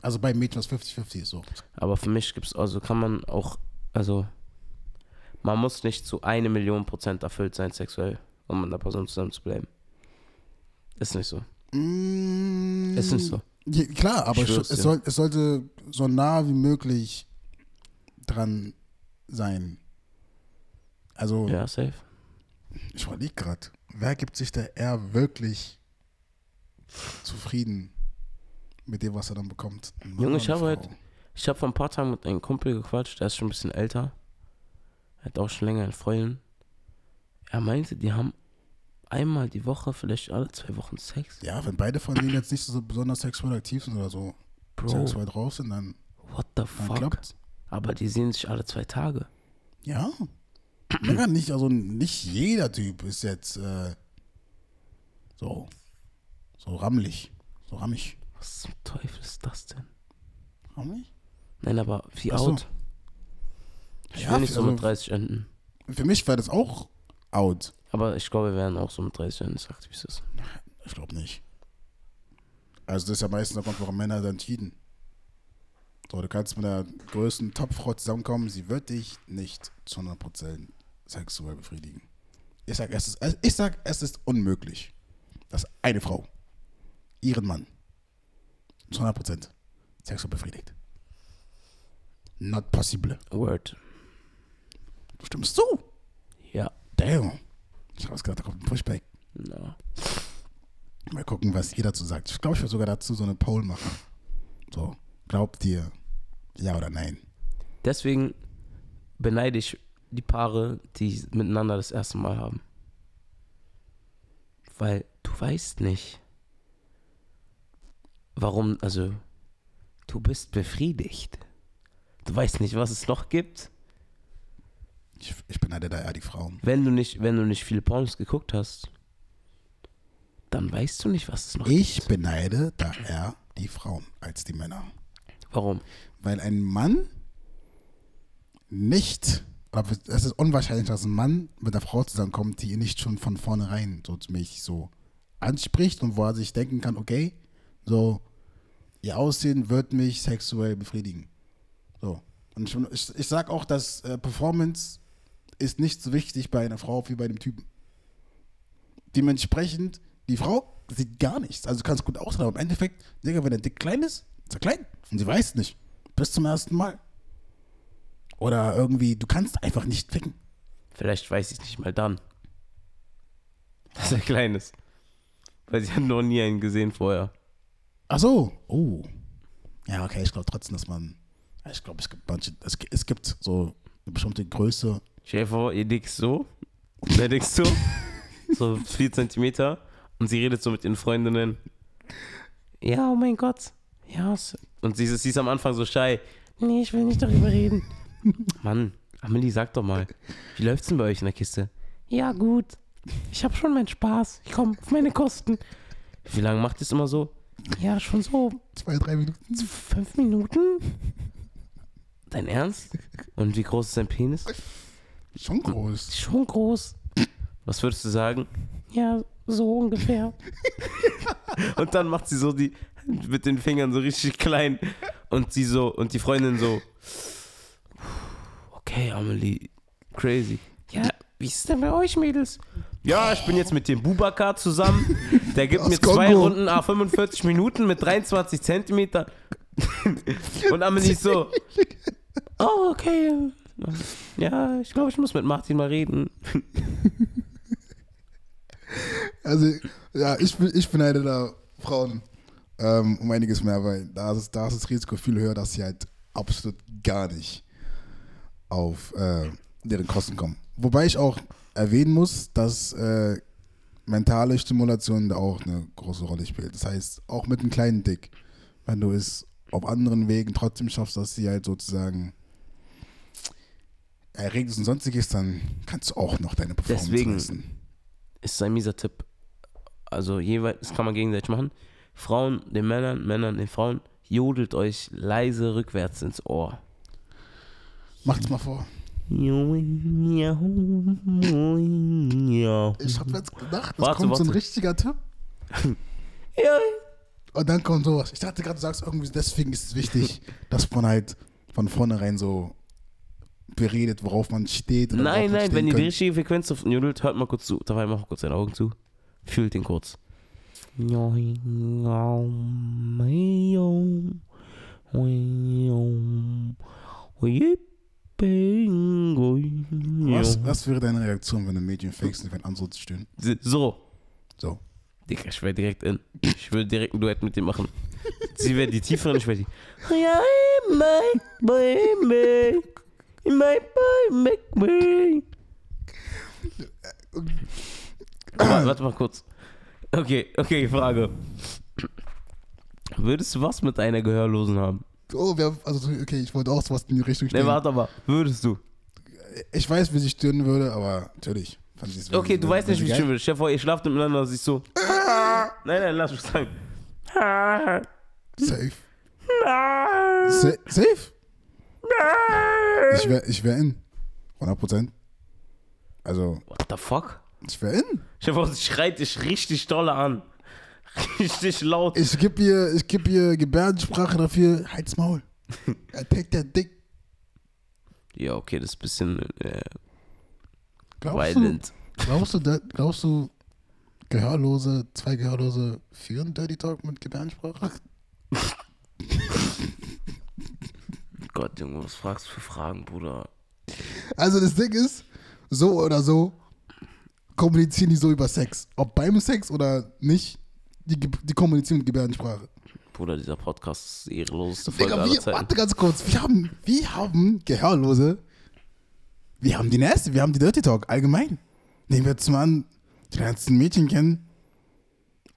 S2: Also bei Mädchen was 50-50 ist so.
S3: aber für mich gibt's, also kann man auch, also man muss nicht zu eine Million Prozent erfüllt sein sexuell, um mit einer Person zusammen zu bleiben. Ist nicht so.
S2: Mm,
S3: Ist nicht so.
S2: Ja, klar, aber
S3: Ich schwör's
S2: es,
S3: dir.
S2: soll, es sollte so nah wie möglich dran sein. Also
S3: Ja, safe.
S2: Ich überlege gerade, wer gibt sich da eher wirklich zufrieden mit dem, was er dann bekommt? Ein Mann
S3: Junge,
S2: oder
S3: ich halt
S2: eine
S3: habe
S2: Frau?
S3: Ich habe vor ein paar Tagen mit einem Kumpel gequatscht, der ist schon ein bisschen älter. Er hat auch schon länger eine Freundin. Er meinte, die haben einmal die Woche, vielleicht alle zwei Wochen Sex.
S2: Ja, wenn beide von denen jetzt nicht so besonders sexuell aktiv sind oder so,
S3: Bro,
S2: sexuell drauf sind, dann,
S3: what the
S2: dann
S3: fuck?
S2: klappt's.
S3: Aber die sehen sich alle zwei Tage.
S2: Ja. Männer nicht, also nicht jeder Typ ist jetzt äh, so, so rammelig. So rammig.
S3: Was zum Teufel ist das denn?
S2: Rammig?
S3: Nein, aber wie
S2: Ach so.
S3: out? Ich
S2: Ja,
S3: will nicht so
S2: also-
S3: mit 30 enden.
S2: Für mich wäre das auch out.
S3: Aber ich glaube, wir werden auch so mit 30 enden. Ich sag dir, wie es ist.
S2: Ich glaube nicht. Also das ist ja meistens der Grund, warum Männer dann cheaten. So, du kannst mit der größten Topfrau zusammenkommen, sie wird dich nicht zu 100% sexuell befriedigen. Ich sag, es ist, ich sag, es ist unmöglich, dass eine Frau ihren Mann zu 100% sexuell befriedigt. Not possible.
S3: Word.
S2: Du stimmst zu.
S3: Ja.
S2: Damn. Ich hab's gedacht, da kommt ein Pushback.
S3: No.
S2: Mal gucken, was ihr dazu sagt. Ich glaube, ich würde sogar dazu so eine Poll machen. So, glaubt ihr ja oder nein?
S3: Deswegen beneide ich die Paare, die miteinander das erste Mal haben. weil du weißt nicht, warum, also, du bist befriedigt. Du weißt nicht, was es noch gibt,
S2: Ich, ich beneide da eher die Frauen.
S3: wenn du nicht, wenn du nicht viele Pornos geguckt hast. Dann weißt du nicht, was es noch
S2: Ich
S3: gibt.
S2: beneide da eher die Frauen als die Männer.
S3: Warum?
S2: Weil ein Mann nicht, aber es ist unwahrscheinlich, dass ein Mann mit einer Frau zusammenkommt, die ihn nicht schon von vornherein so mich so anspricht und wo er sich denken kann, okay, so ihr Aussehen wird mich sexuell befriedigen. So. Und ich, ich, ich sag auch, dass äh, Performance ist nicht so wichtig bei einer Frau wie bei einem Typen. Dementsprechend, die Frau sieht gar nichts. Also kann es gut aussehen, aber im Endeffekt, Digga, wenn der Dick klein ist, ist er klein. Und sie weiß nicht. Bis zum ersten Mal. Oder irgendwie, du kannst einfach nicht ficken.
S3: Vielleicht weiß ich nicht mal dann, dass er klein ist. Weil sie haben noch nie einen gesehen vorher.
S2: Ach so. Oh. Ja, okay, ich glaube trotzdem, dass man. ja, Ich glaube, es gibt manche. Es, gi- es gibt so eine bestimmte Größe.
S3: Stell dir vor, ihr dickst so, der dickst so, so 4 Zentimeter und sie redet so mit ihren Freundinnen. Ja, oh mein Gott. Ja, s- und sie ist, sie ist am Anfang so shy. Nee, ich will nicht darüber reden. Mann, Amelie, sag doch mal, wie läuft's denn bei euch in der Kiste? Ja, gut. Ich hab schon meinen Spaß. Ich komme auf meine Kosten. Wie lange macht ihr es immer so? Ja, schon so
S2: Zwei, drei Minuten.
S3: Fünf Minuten? Dein Ernst? Und wie groß ist dein Penis?
S2: Schon groß.
S3: Schon groß. Was würdest du sagen? Ja, so ungefähr. und dann macht sie so die mit den Fingern so richtig klein und sie so und die Freundin so Okay, Amelie, crazy. Ja, wie ist es denn bei euch Mädels? Ja, ich bin jetzt mit dem Bubakar zusammen. Der gibt
S4: Aus
S3: mir zwei
S4: Kongo.
S3: Runden A 45 Minuten mit 23 Zentimeter. und Amelie ist so Oh, okay. Ja, ich glaube, ich muss mit Martin mal reden.
S4: Also, ja, ich, be- ich beneide da Frauen ähm, um einiges mehr, weil da ist, da ist das Risiko viel höher, dass sie halt absolut gar nicht auf äh, deren Kosten kommen. Wobei ich auch erwähnen muss, dass äh, mentale Stimulation da auch eine große Rolle spielt. Das heißt, auch mit einem kleinen Dick, wenn du es auf anderen Wegen trotzdem schaffst, dass sie halt sozusagen erregt ist und sonstiges, dann kannst du auch noch deine Performance
S3: Deswegen-
S4: leisten.
S3: Ist ein mieser Tipp. Also jeweils, das kann man gegenseitig machen. Frauen den Männern, Männern den Frauen, jodelt euch leise rückwärts ins Ohr.
S2: Macht's mal vor.
S3: Ja.
S4: Ich hab jetzt gedacht, das
S3: Warte,
S4: kommt so ein
S3: warte.
S4: richtiger Tipp. Und dann kommt sowas. Ich dachte gerade, du sagst irgendwie,
S2: Irgendwie deswegen ist es wichtig, dass man halt von vornherein so beredet, worauf man steht. oder worauf
S3: Nein,
S2: man
S3: nein,
S2: stehen
S3: wenn ihr die
S2: könnte.
S3: richtige Frequenz auf jodelt, hört mal kurz zu. Dabei macht kurz deine Augen zu. Fühlt den kurz.
S2: Was, was wäre deine Reaktion, wenn du Mädchen fakest und wenn andere zu stehen?
S3: So.
S2: So.
S3: Digga, ich wäre direkt in. Ich würde direkt ein Duett mit dir machen. Sie wäre die tieferen, ich wäre die. Ja, my, my, my, my, my, my. Warte, warte mal kurz. Okay, okay, Frage. Würdest du was mit einer Gehörlosen haben?
S4: oh, wir haben, also okay, ich wollte auch sowas in die Richtung
S3: Ne,
S4: stellen.
S3: warte mal. Würdest du?
S2: Ich weiß, wie sie stören würde, aber natürlich. Fand sie es-
S3: Okay, du
S2: wenn-
S3: weißt
S2: wenn
S3: nicht,
S2: sie
S3: wie ich
S2: also geil-
S3: will. Stell dir vor, ihr schlaft miteinander und siehst so. Nein, nein, lass mich sagen.
S4: Safe. Sa safe?
S2: Ich wäre ich wär in. 100 Prozent. Also,
S3: What the fuck?
S2: ich wäre in.
S3: Stell dir vor, sie schreit dich richtig dolle an. Richtig laut.
S4: Ich geb ihr, ich geb ihr Gebärdensprache dafür. Halt's Maul. Er trägt der Dick.
S3: Ja, okay, das ist ein bisschen äh,
S4: Glaubst du,
S3: violent.
S4: glaubst du, da- glaubst du, Gehörlose, zwei Gehörlose führen Dirty Talk mit Gebärdensprache?
S3: Gott, Junge, was fragst du für Fragen, Bruder?
S4: Also das Ding ist, so oder so kommunizieren die so über Sex. Ob beim Sex oder nicht, die, ge- die kommunizieren mit Gebärdensprache.
S3: Bruder, dieser Podcast ist die ehrenloseste Folge
S4: Digga,
S3: aller
S4: wir,
S3: Zeiten.
S4: warte ganz kurz. Wir haben, wir haben Gehörlose.
S2: Wir haben die Nasty, wir haben die Dirty Talk, allgemein. Nehmen wir jetzt mal an, die ganzen Mädchen kennen,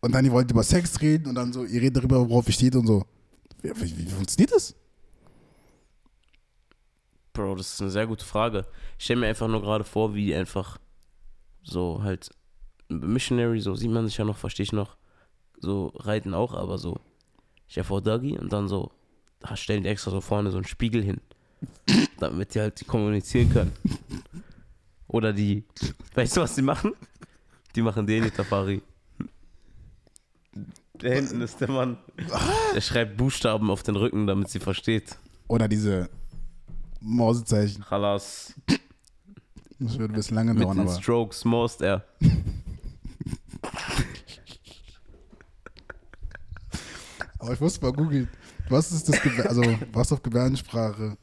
S2: Und dann, ihr wollt über Sex reden und dann so, ihr redet darüber, worauf ihr steht und so. Wie, wie, wie funktioniert das?
S3: Bro, das ist eine sehr gute Frage. Ich stelle mir einfach nur gerade vor, wie einfach so halt Missionary, so sieht man sich ja noch, verstehe ich noch, so reiten auch, aber so. Ich stell vor Doggy und dann so, da stellen die extra so vorne so einen Spiegel hin, damit die halt kommunizieren können. Oder die, weißt du, was die machen? Die machen den die Tafari. Da hinten ist der Mann. Der schreibt Buchstaben auf den Rücken, damit sie versteht.
S2: Oder diese Mausezeichen.
S3: Halas.
S2: Das würde ein bisschen lange
S3: Mit
S2: dauern,
S3: den
S2: aber.
S3: Strokes most er.
S4: Aber ich muss
S2: Mal googeln. Was ist das, Gebär also, was auf Gebärdensprache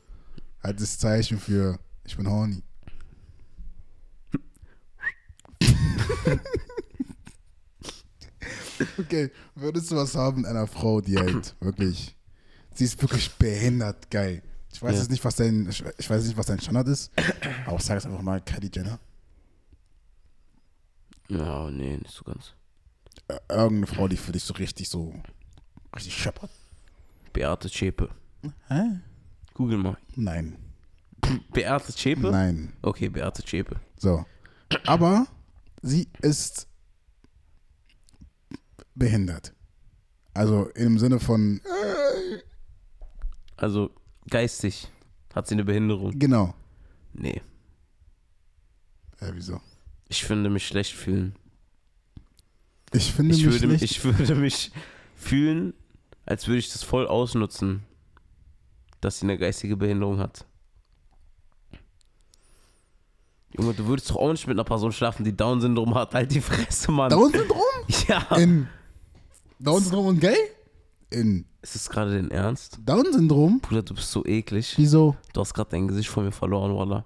S2: halt das Zeichen für ich bin horny? okay, würdest du was haben mit einer Frau, die halt wirklich, sie ist wirklich behindert geil. Ich weiß
S3: Ja.
S2: jetzt nicht, was dein, ich ich weiß nicht, was dein Standard ist, aber sag es einfach mal, Kylie Jenner.
S3: Ja, nee, nicht so ganz.
S2: Äh, Irgendeine Frau, die für dich so richtig so, richtig scheppert.
S3: Beate Zschäpe.
S2: Hä?
S3: Google mal.
S2: Nein,
S3: Beate Zschäpe?
S2: nein.
S3: Okay, Beate Zschäpe.
S2: So. Aber sie ist behindert. Also im Sinne von,
S3: Also geistig. Hat sie eine Behinderung?
S2: genau.
S3: Nee.
S2: Äh, wieso?
S3: Ich finde mich schlecht fühlen.
S2: Ich finde
S3: Ich
S2: mich
S3: würde,
S2: nicht.
S3: ich würde mich fühlen, als würde ich das voll ausnutzen, dass sie eine geistige Behinderung hat. Junge, du würdest doch auch nicht mit einer Person schlafen, die Down-Syndrom hat. Halt die Fresse, Mann.
S2: Down-Syndrom?
S3: ja.
S2: In
S4: Down-Syndrom und gay?
S2: in
S3: Ist das gerade dein Ernst?
S2: Down-Syndrom?
S3: Bruder, du bist so eklig.
S2: Wieso?
S3: Du hast gerade dein Gesicht von mir verloren, Walla.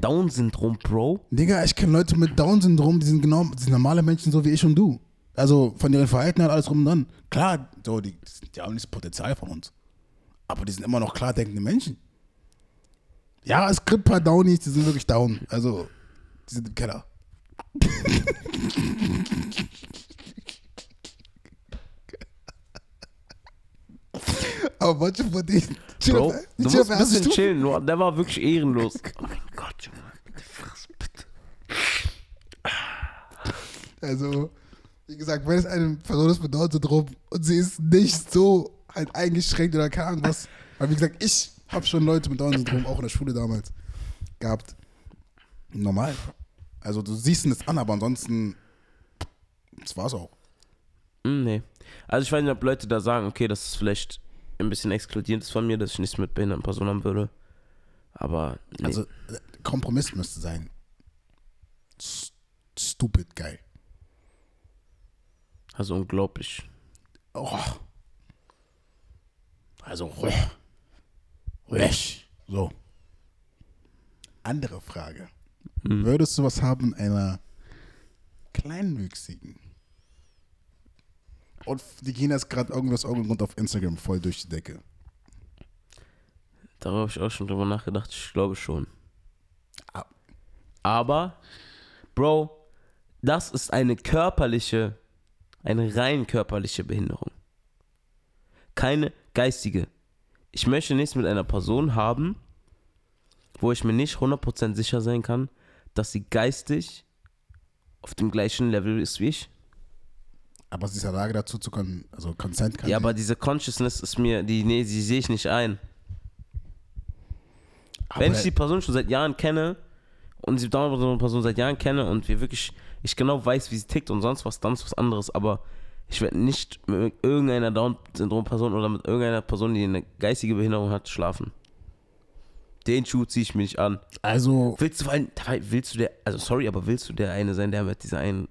S3: Down-Syndrom, Bro?
S2: Digga, ich kenne Leute mit Down-Syndrom, die sind genau, die sind normale Menschen so wie ich und du. Also von deren Verhalten halt alles rum und dann. Klar, so, die, die haben nicht das Potenzial von uns. Aber die sind immer noch klar denkende Menschen. Ja, es gibt ein paar Downies, die sind wirklich down. Also, die sind im Keller.
S4: Aber manche von denen. Chill
S3: Bro,
S4: auf-
S3: du
S4: chill auf
S3: musst
S4: erste
S3: ein bisschen
S4: Stufe.
S3: chillen. Walla. Der war wirklich ehrenlos. Oh mein Gott, Junge. Bitte friss, bitte.
S4: Also, wie gesagt, wenn es eine Person ist mit Down-Syndrom und sie ist nicht so halt eingeschränkt oder keine Ahnung was. Weil wie gesagt, ich habe schon Leute mit Down-Syndrom auch in der Schule damals gehabt.
S2: Normal. Also du siehst es an, aber ansonsten, das war's auch.
S3: Mm, Nee. Also ich weiß nicht, ob Leute da sagen, okay, das ist vielleicht ein bisschen exkludierend ist von mir, dass ich nichts mit behinderten Personen haben würde. Aber nee.
S2: Also äh, Kompromiss müsste sein. S- Stupid geil.
S3: also unglaublich.
S2: Oh. Also ruhig. Ruhig. So. Andere Frage. Würdest du was haben mit einer kleinwüchsigen? Und die gehen jetzt gerade irgendwas irgendeinem Grund auf Instagram voll durch die Decke.
S3: Darüber habe ich auch schon drüber nachgedacht. Ich glaube schon. Aber, Bro, das ist eine körperliche, eine rein körperliche Behinderung. Keine geistige. Ich möchte nichts mit einer Person haben, wo ich mir nicht 100% sicher sein kann, dass sie geistig auf dem gleichen Level ist wie ich.
S2: Aber sie ist in der Lage dazu zu können, also Consent kann
S3: Ja,
S2: sie.
S3: aber diese Consciousness ist mir, die, nee, die sehe ich nicht ein. Wenn
S2: Aber-
S3: ich die Person schon seit Jahren kenne und sie dauernd so eine Person seit Jahren kenne und wir wirklich, ich genau weiß, wie sie tickt und sonst was, dann ist was anderes, aber ich werde nicht mit irgendeiner Down-Syndrom-Person oder mit irgendeiner Person, die eine geistige Behinderung hat, schlafen. Den Schuh ziehe ich mir nicht an.
S2: also
S3: Willst du vor allem, dabei willst du der, also sorry, aber willst du der eine sein, der mit dieser einen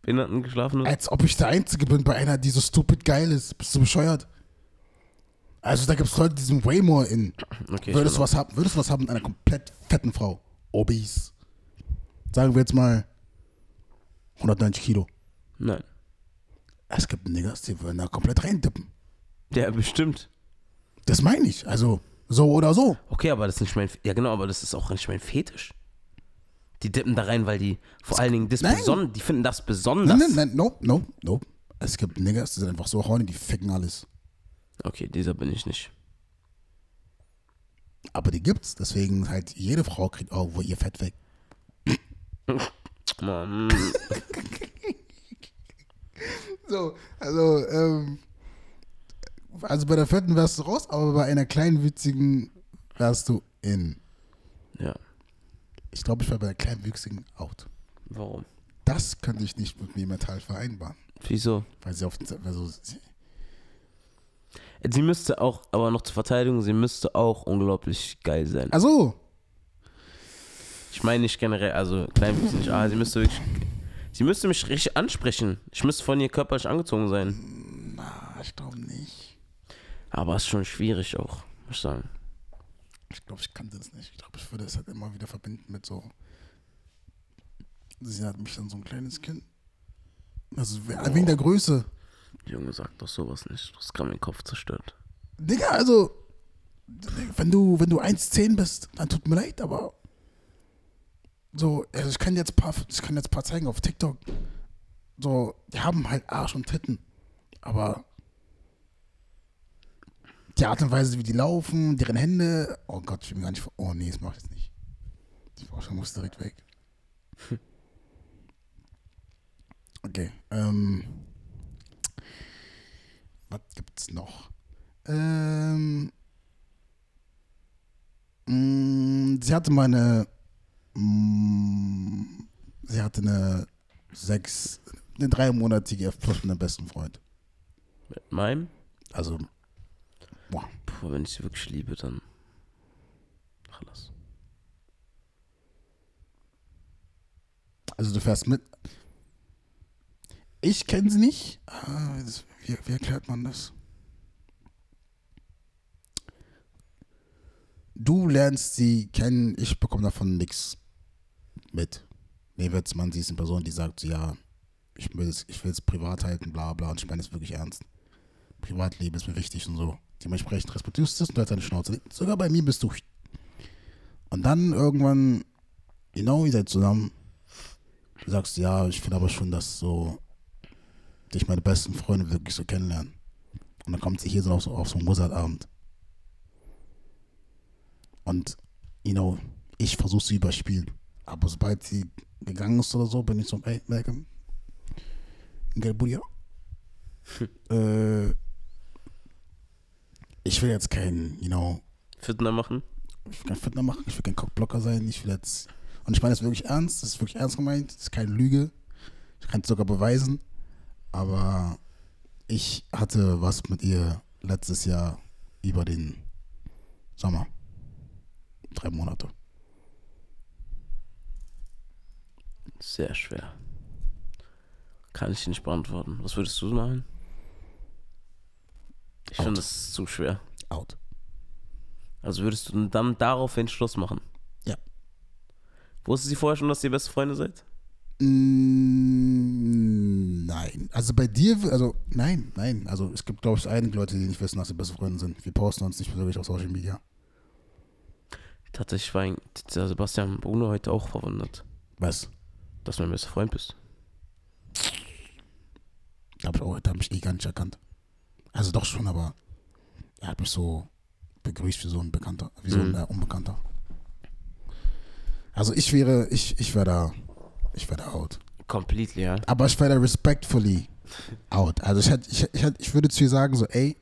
S3: Behinderten geschlafen hat?
S2: Als ob ich der Einzige bin bei einer, die so stupid geil ist. Bist du bescheuert? Also da gibt es Leute, die sind way more in.
S3: Okay, ich
S2: würdest, du
S3: bin-
S2: was haben, würdest du was haben mit einer komplett fetten Frau? Obese. Sagen wir jetzt mal 190 Kilo.
S3: Nein.
S2: Es gibt Niggas, die würden da komplett reintippen.
S3: Der bestimmt.
S2: Das meine ich. Also so oder so.
S3: Okay, aber das ist nicht mein. Ja, genau, aber das ist auch nicht mein Fetisch. Die dippen da rein, weil die vor allen Dingen das
S2: Nein.
S3: beson- die finden das besonders.
S2: Nein, nein, nein, no, no, no. Es gibt Niggas, die sind einfach so horny, die ficken alles.
S3: Okay, dieser bin ich nicht.
S2: Aber die gibt's, deswegen halt jede Frau kriegt irgendwo ihr Fett weg.
S3: Mann.
S4: So, also, ähm,
S2: Also bei der vierten wärst du raus, aber bei einer kleinen witzigen wärst du in.
S3: Ja,
S2: Ich glaube, ich wäre bei der kleinen witzigen out.
S3: warum?
S2: Das könnte ich nicht mit mir mental vereinbaren.
S3: Wieso?
S2: Weil sie auf den, weil so, sie-
S3: Sie müsste auch, aber noch zur Verteidigung, sie müsste auch unglaublich geil sein.
S2: Also,
S3: Ich meine nicht generell, also klein ist nicht, aber sie müsste wirklich. Sie müsste mich richtig ansprechen. Ich müsste von ihr körperlich angezogen sein.
S2: na, Ah, ich glaube nicht.
S3: Aber ist schon schwierig auch, muss ich sagen.
S2: Ich glaube, ich kannte das nicht. Ich glaube, ich würde es halt immer wieder verbinden mit so. Sie hat mich dann so ein kleines Kind. Also we- wegen der Größe.
S3: Junge, sag doch sowas nicht. Das kann meinen Kopf zerstört.
S2: Digga, also. Wenn du, wenn du 1,10 bist, dann tut mir leid, aber. So, also ich kann jetzt paar, ich kann jetzt paar zeigen auf TikTok. So, die haben halt Arsch und Titten. Aber. Die Art und Weise, wie die laufen, deren Hände. Oh Gott, ich will mir gar nicht. vor- Oh nee, das mach ich jetzt nicht. Die Vorstellung muss direkt weg. Okay, ähm. Was gibt's noch? Ähm, mh, mm, sie hatte meine. Mh, sie hatte eine sechs, eine dreimonatige F-Plus mit einem besten Freund.
S3: Mit meinem?
S2: Also, boah,
S3: Puh, wenn ich sie wirklich liebe, dann. Alles.
S2: also du fährst mit. Ich kenne sie nicht. Ah, das- Wie, wie erklärt man das? Du lernst sie kennen, ich bekomme davon nichts mit. Mir wird's, man sie ist eine Person, die sagt, so, ja, ich will es ich will's privat halten, bla bla, und ich meine es wirklich ernst. Privatleben ist mir wichtig und so. Dementsprechend respektierst du es und du hast deine Schnauze. Sogar bei mir bist du. Und dann irgendwann, you know, ihr seid zusammen. Du sagst, ja, ich finde aber schon, dass so dich meine besten Freunde wirklich so kennenlernen. Und dann kommt sie hier so auf so, auf so einen Mozartabend. Und, you know, ich versuche sie überspielen. Aber sobald sie gegangen ist oder so, bin ich so, ey, Malcolm, gell, Buddy, äh, ich will jetzt keinen, you know,
S3: Fitner machen?
S2: ich will keinen Fitner machen, ich will kein Cockblocker sein, ich will jetzt. Und ich meine das wirklich ernst, das ist wirklich ernst gemeint, das ist keine Lüge. Ich kann es sogar beweisen. Aber ich hatte was mit ihr letztes Jahr über den Sommer. Drei Monate.
S3: Sehr schwer. Kann ich nicht beantworten. Was würdest du machen? Ich finde das zu schwer.
S2: Out.
S3: Also würdest du dann daraufhin Schluss machen?
S2: Ja.
S3: Wusste sie vorher schon, dass ihr beste Freunde seid?
S2: Mm, Nein. Also bei dir, w- also nein, nein. Also es gibt, glaube ich, einige Leute, die nicht wissen, dass sie beste Freunde sind. Wir posten uns nicht persönlich auf Social Media.
S3: Tatsächlich war ein- der Sebastian Bruno heute auch verwundert,
S2: Was?
S3: dass du mein bester Freund bist.
S2: Hab ich auch, da habe ich eh gar nicht erkannt. Also doch schon, aber er hat mich so begrüßt wie so ein Bekannter, wie so ein
S3: Mhm.
S2: äh, Unbekannter. Also ich wäre, ich, ich wäre da, ich wäre da out.
S3: Completely, ja.
S2: Aber ich wäre da respectfully out. Also ich, hätte, ich, hätte- ich, hätte, ich würde zu ihr sagen so, ey,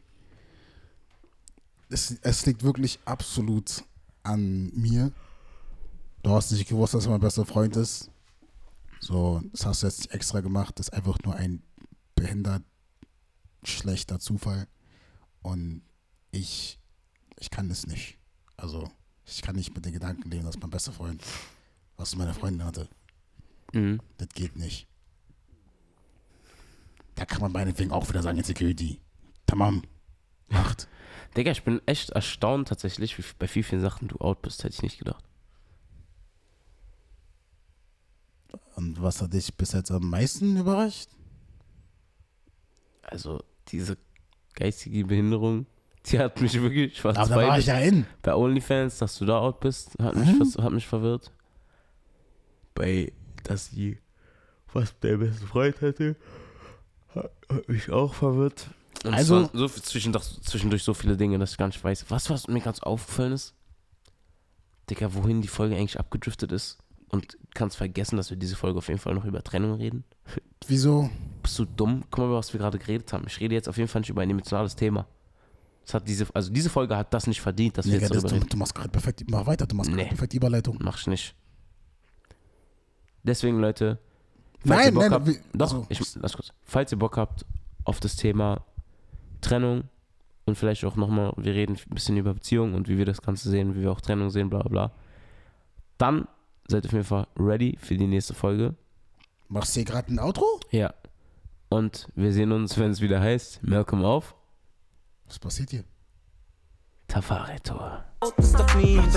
S2: es, es liegt wirklich absolut an mir. Du hast nicht gewusst, dass er mein bester Freund ist. So, das hast du jetzt nicht extra gemacht. Das ist einfach nur ein behindert schlechter Zufall. Und ich, ich kann das nicht. Also, ich kann nicht mit den Gedanken leben, dass mein bester Freund was mit meiner Freundin hatte.
S3: Mhm.
S2: Das geht nicht. Da kann man meinetwegen auch wieder sagen, Security. Tamam. Macht.
S3: Digga, ich bin echt erstaunt tatsächlich, wie bei wie vielen Sachen du out bist, hätte ich nicht gedacht.
S2: Und was hat dich bis jetzt am meisten überrascht?
S3: Also diese geistige Behinderung, die hat mich wirklich
S2: Aber Also, da war ich
S3: verzweifelt.
S2: ja in.
S3: Bei OnlyFans, dass du da out bist, hat mich,
S2: Mhm.
S3: vers- hat mich verwirrt. bei, dass sie was mit der besten Freund hatte, hat hat mich auch verwirrt. Und
S2: Also-
S3: also, es waren so viel zwischendurch, zwischendurch so viele Dinge, dass ich gar nicht weiß. Was, was mir ganz aufgefallen ist, Digga, wohin die Folge eigentlich abgedriftet ist und kannst vergessen, dass wir diese Folge auf jeden Fall noch über Trennung reden.
S2: Wieso?
S3: Bist du dumm? Guck mal, über was wir gerade geredet haben. Ich rede jetzt auf jeden Fall nicht über ein emotionales Thema. Das hat diese, also diese Folge hat das nicht verdient, dass wir
S2: Digga,
S3: jetzt
S2: das,
S3: darüber
S2: du,
S3: reden.
S2: du machst gerade perfekt. Mach weiter, du machst
S3: Nee.
S2: gerade perfekt die Überleitung.
S3: Mach ich nicht. Deswegen, Leute. falls ihr
S2: Nein,
S3: Bock
S2: nein,
S3: habt,
S2: wir-
S3: Doch,
S2: also-
S3: ich, lass kurz. Falls ihr Bock habt auf das Thema Trennung und vielleicht auch nochmal, wir reden ein bisschen über Beziehungen und wie wir das Ganze sehen, wie wir auch Trennung sehen, bla bla bla. Dann seid auf jeden Fall ready für die nächste Folge.
S2: Machst du hier gerade ein Outro?
S3: Ja. Und wir sehen uns, wenn es wieder heißt, Malcolm auf
S2: Was passiert hier?
S3: Tafare Tor.
S1: Stuff me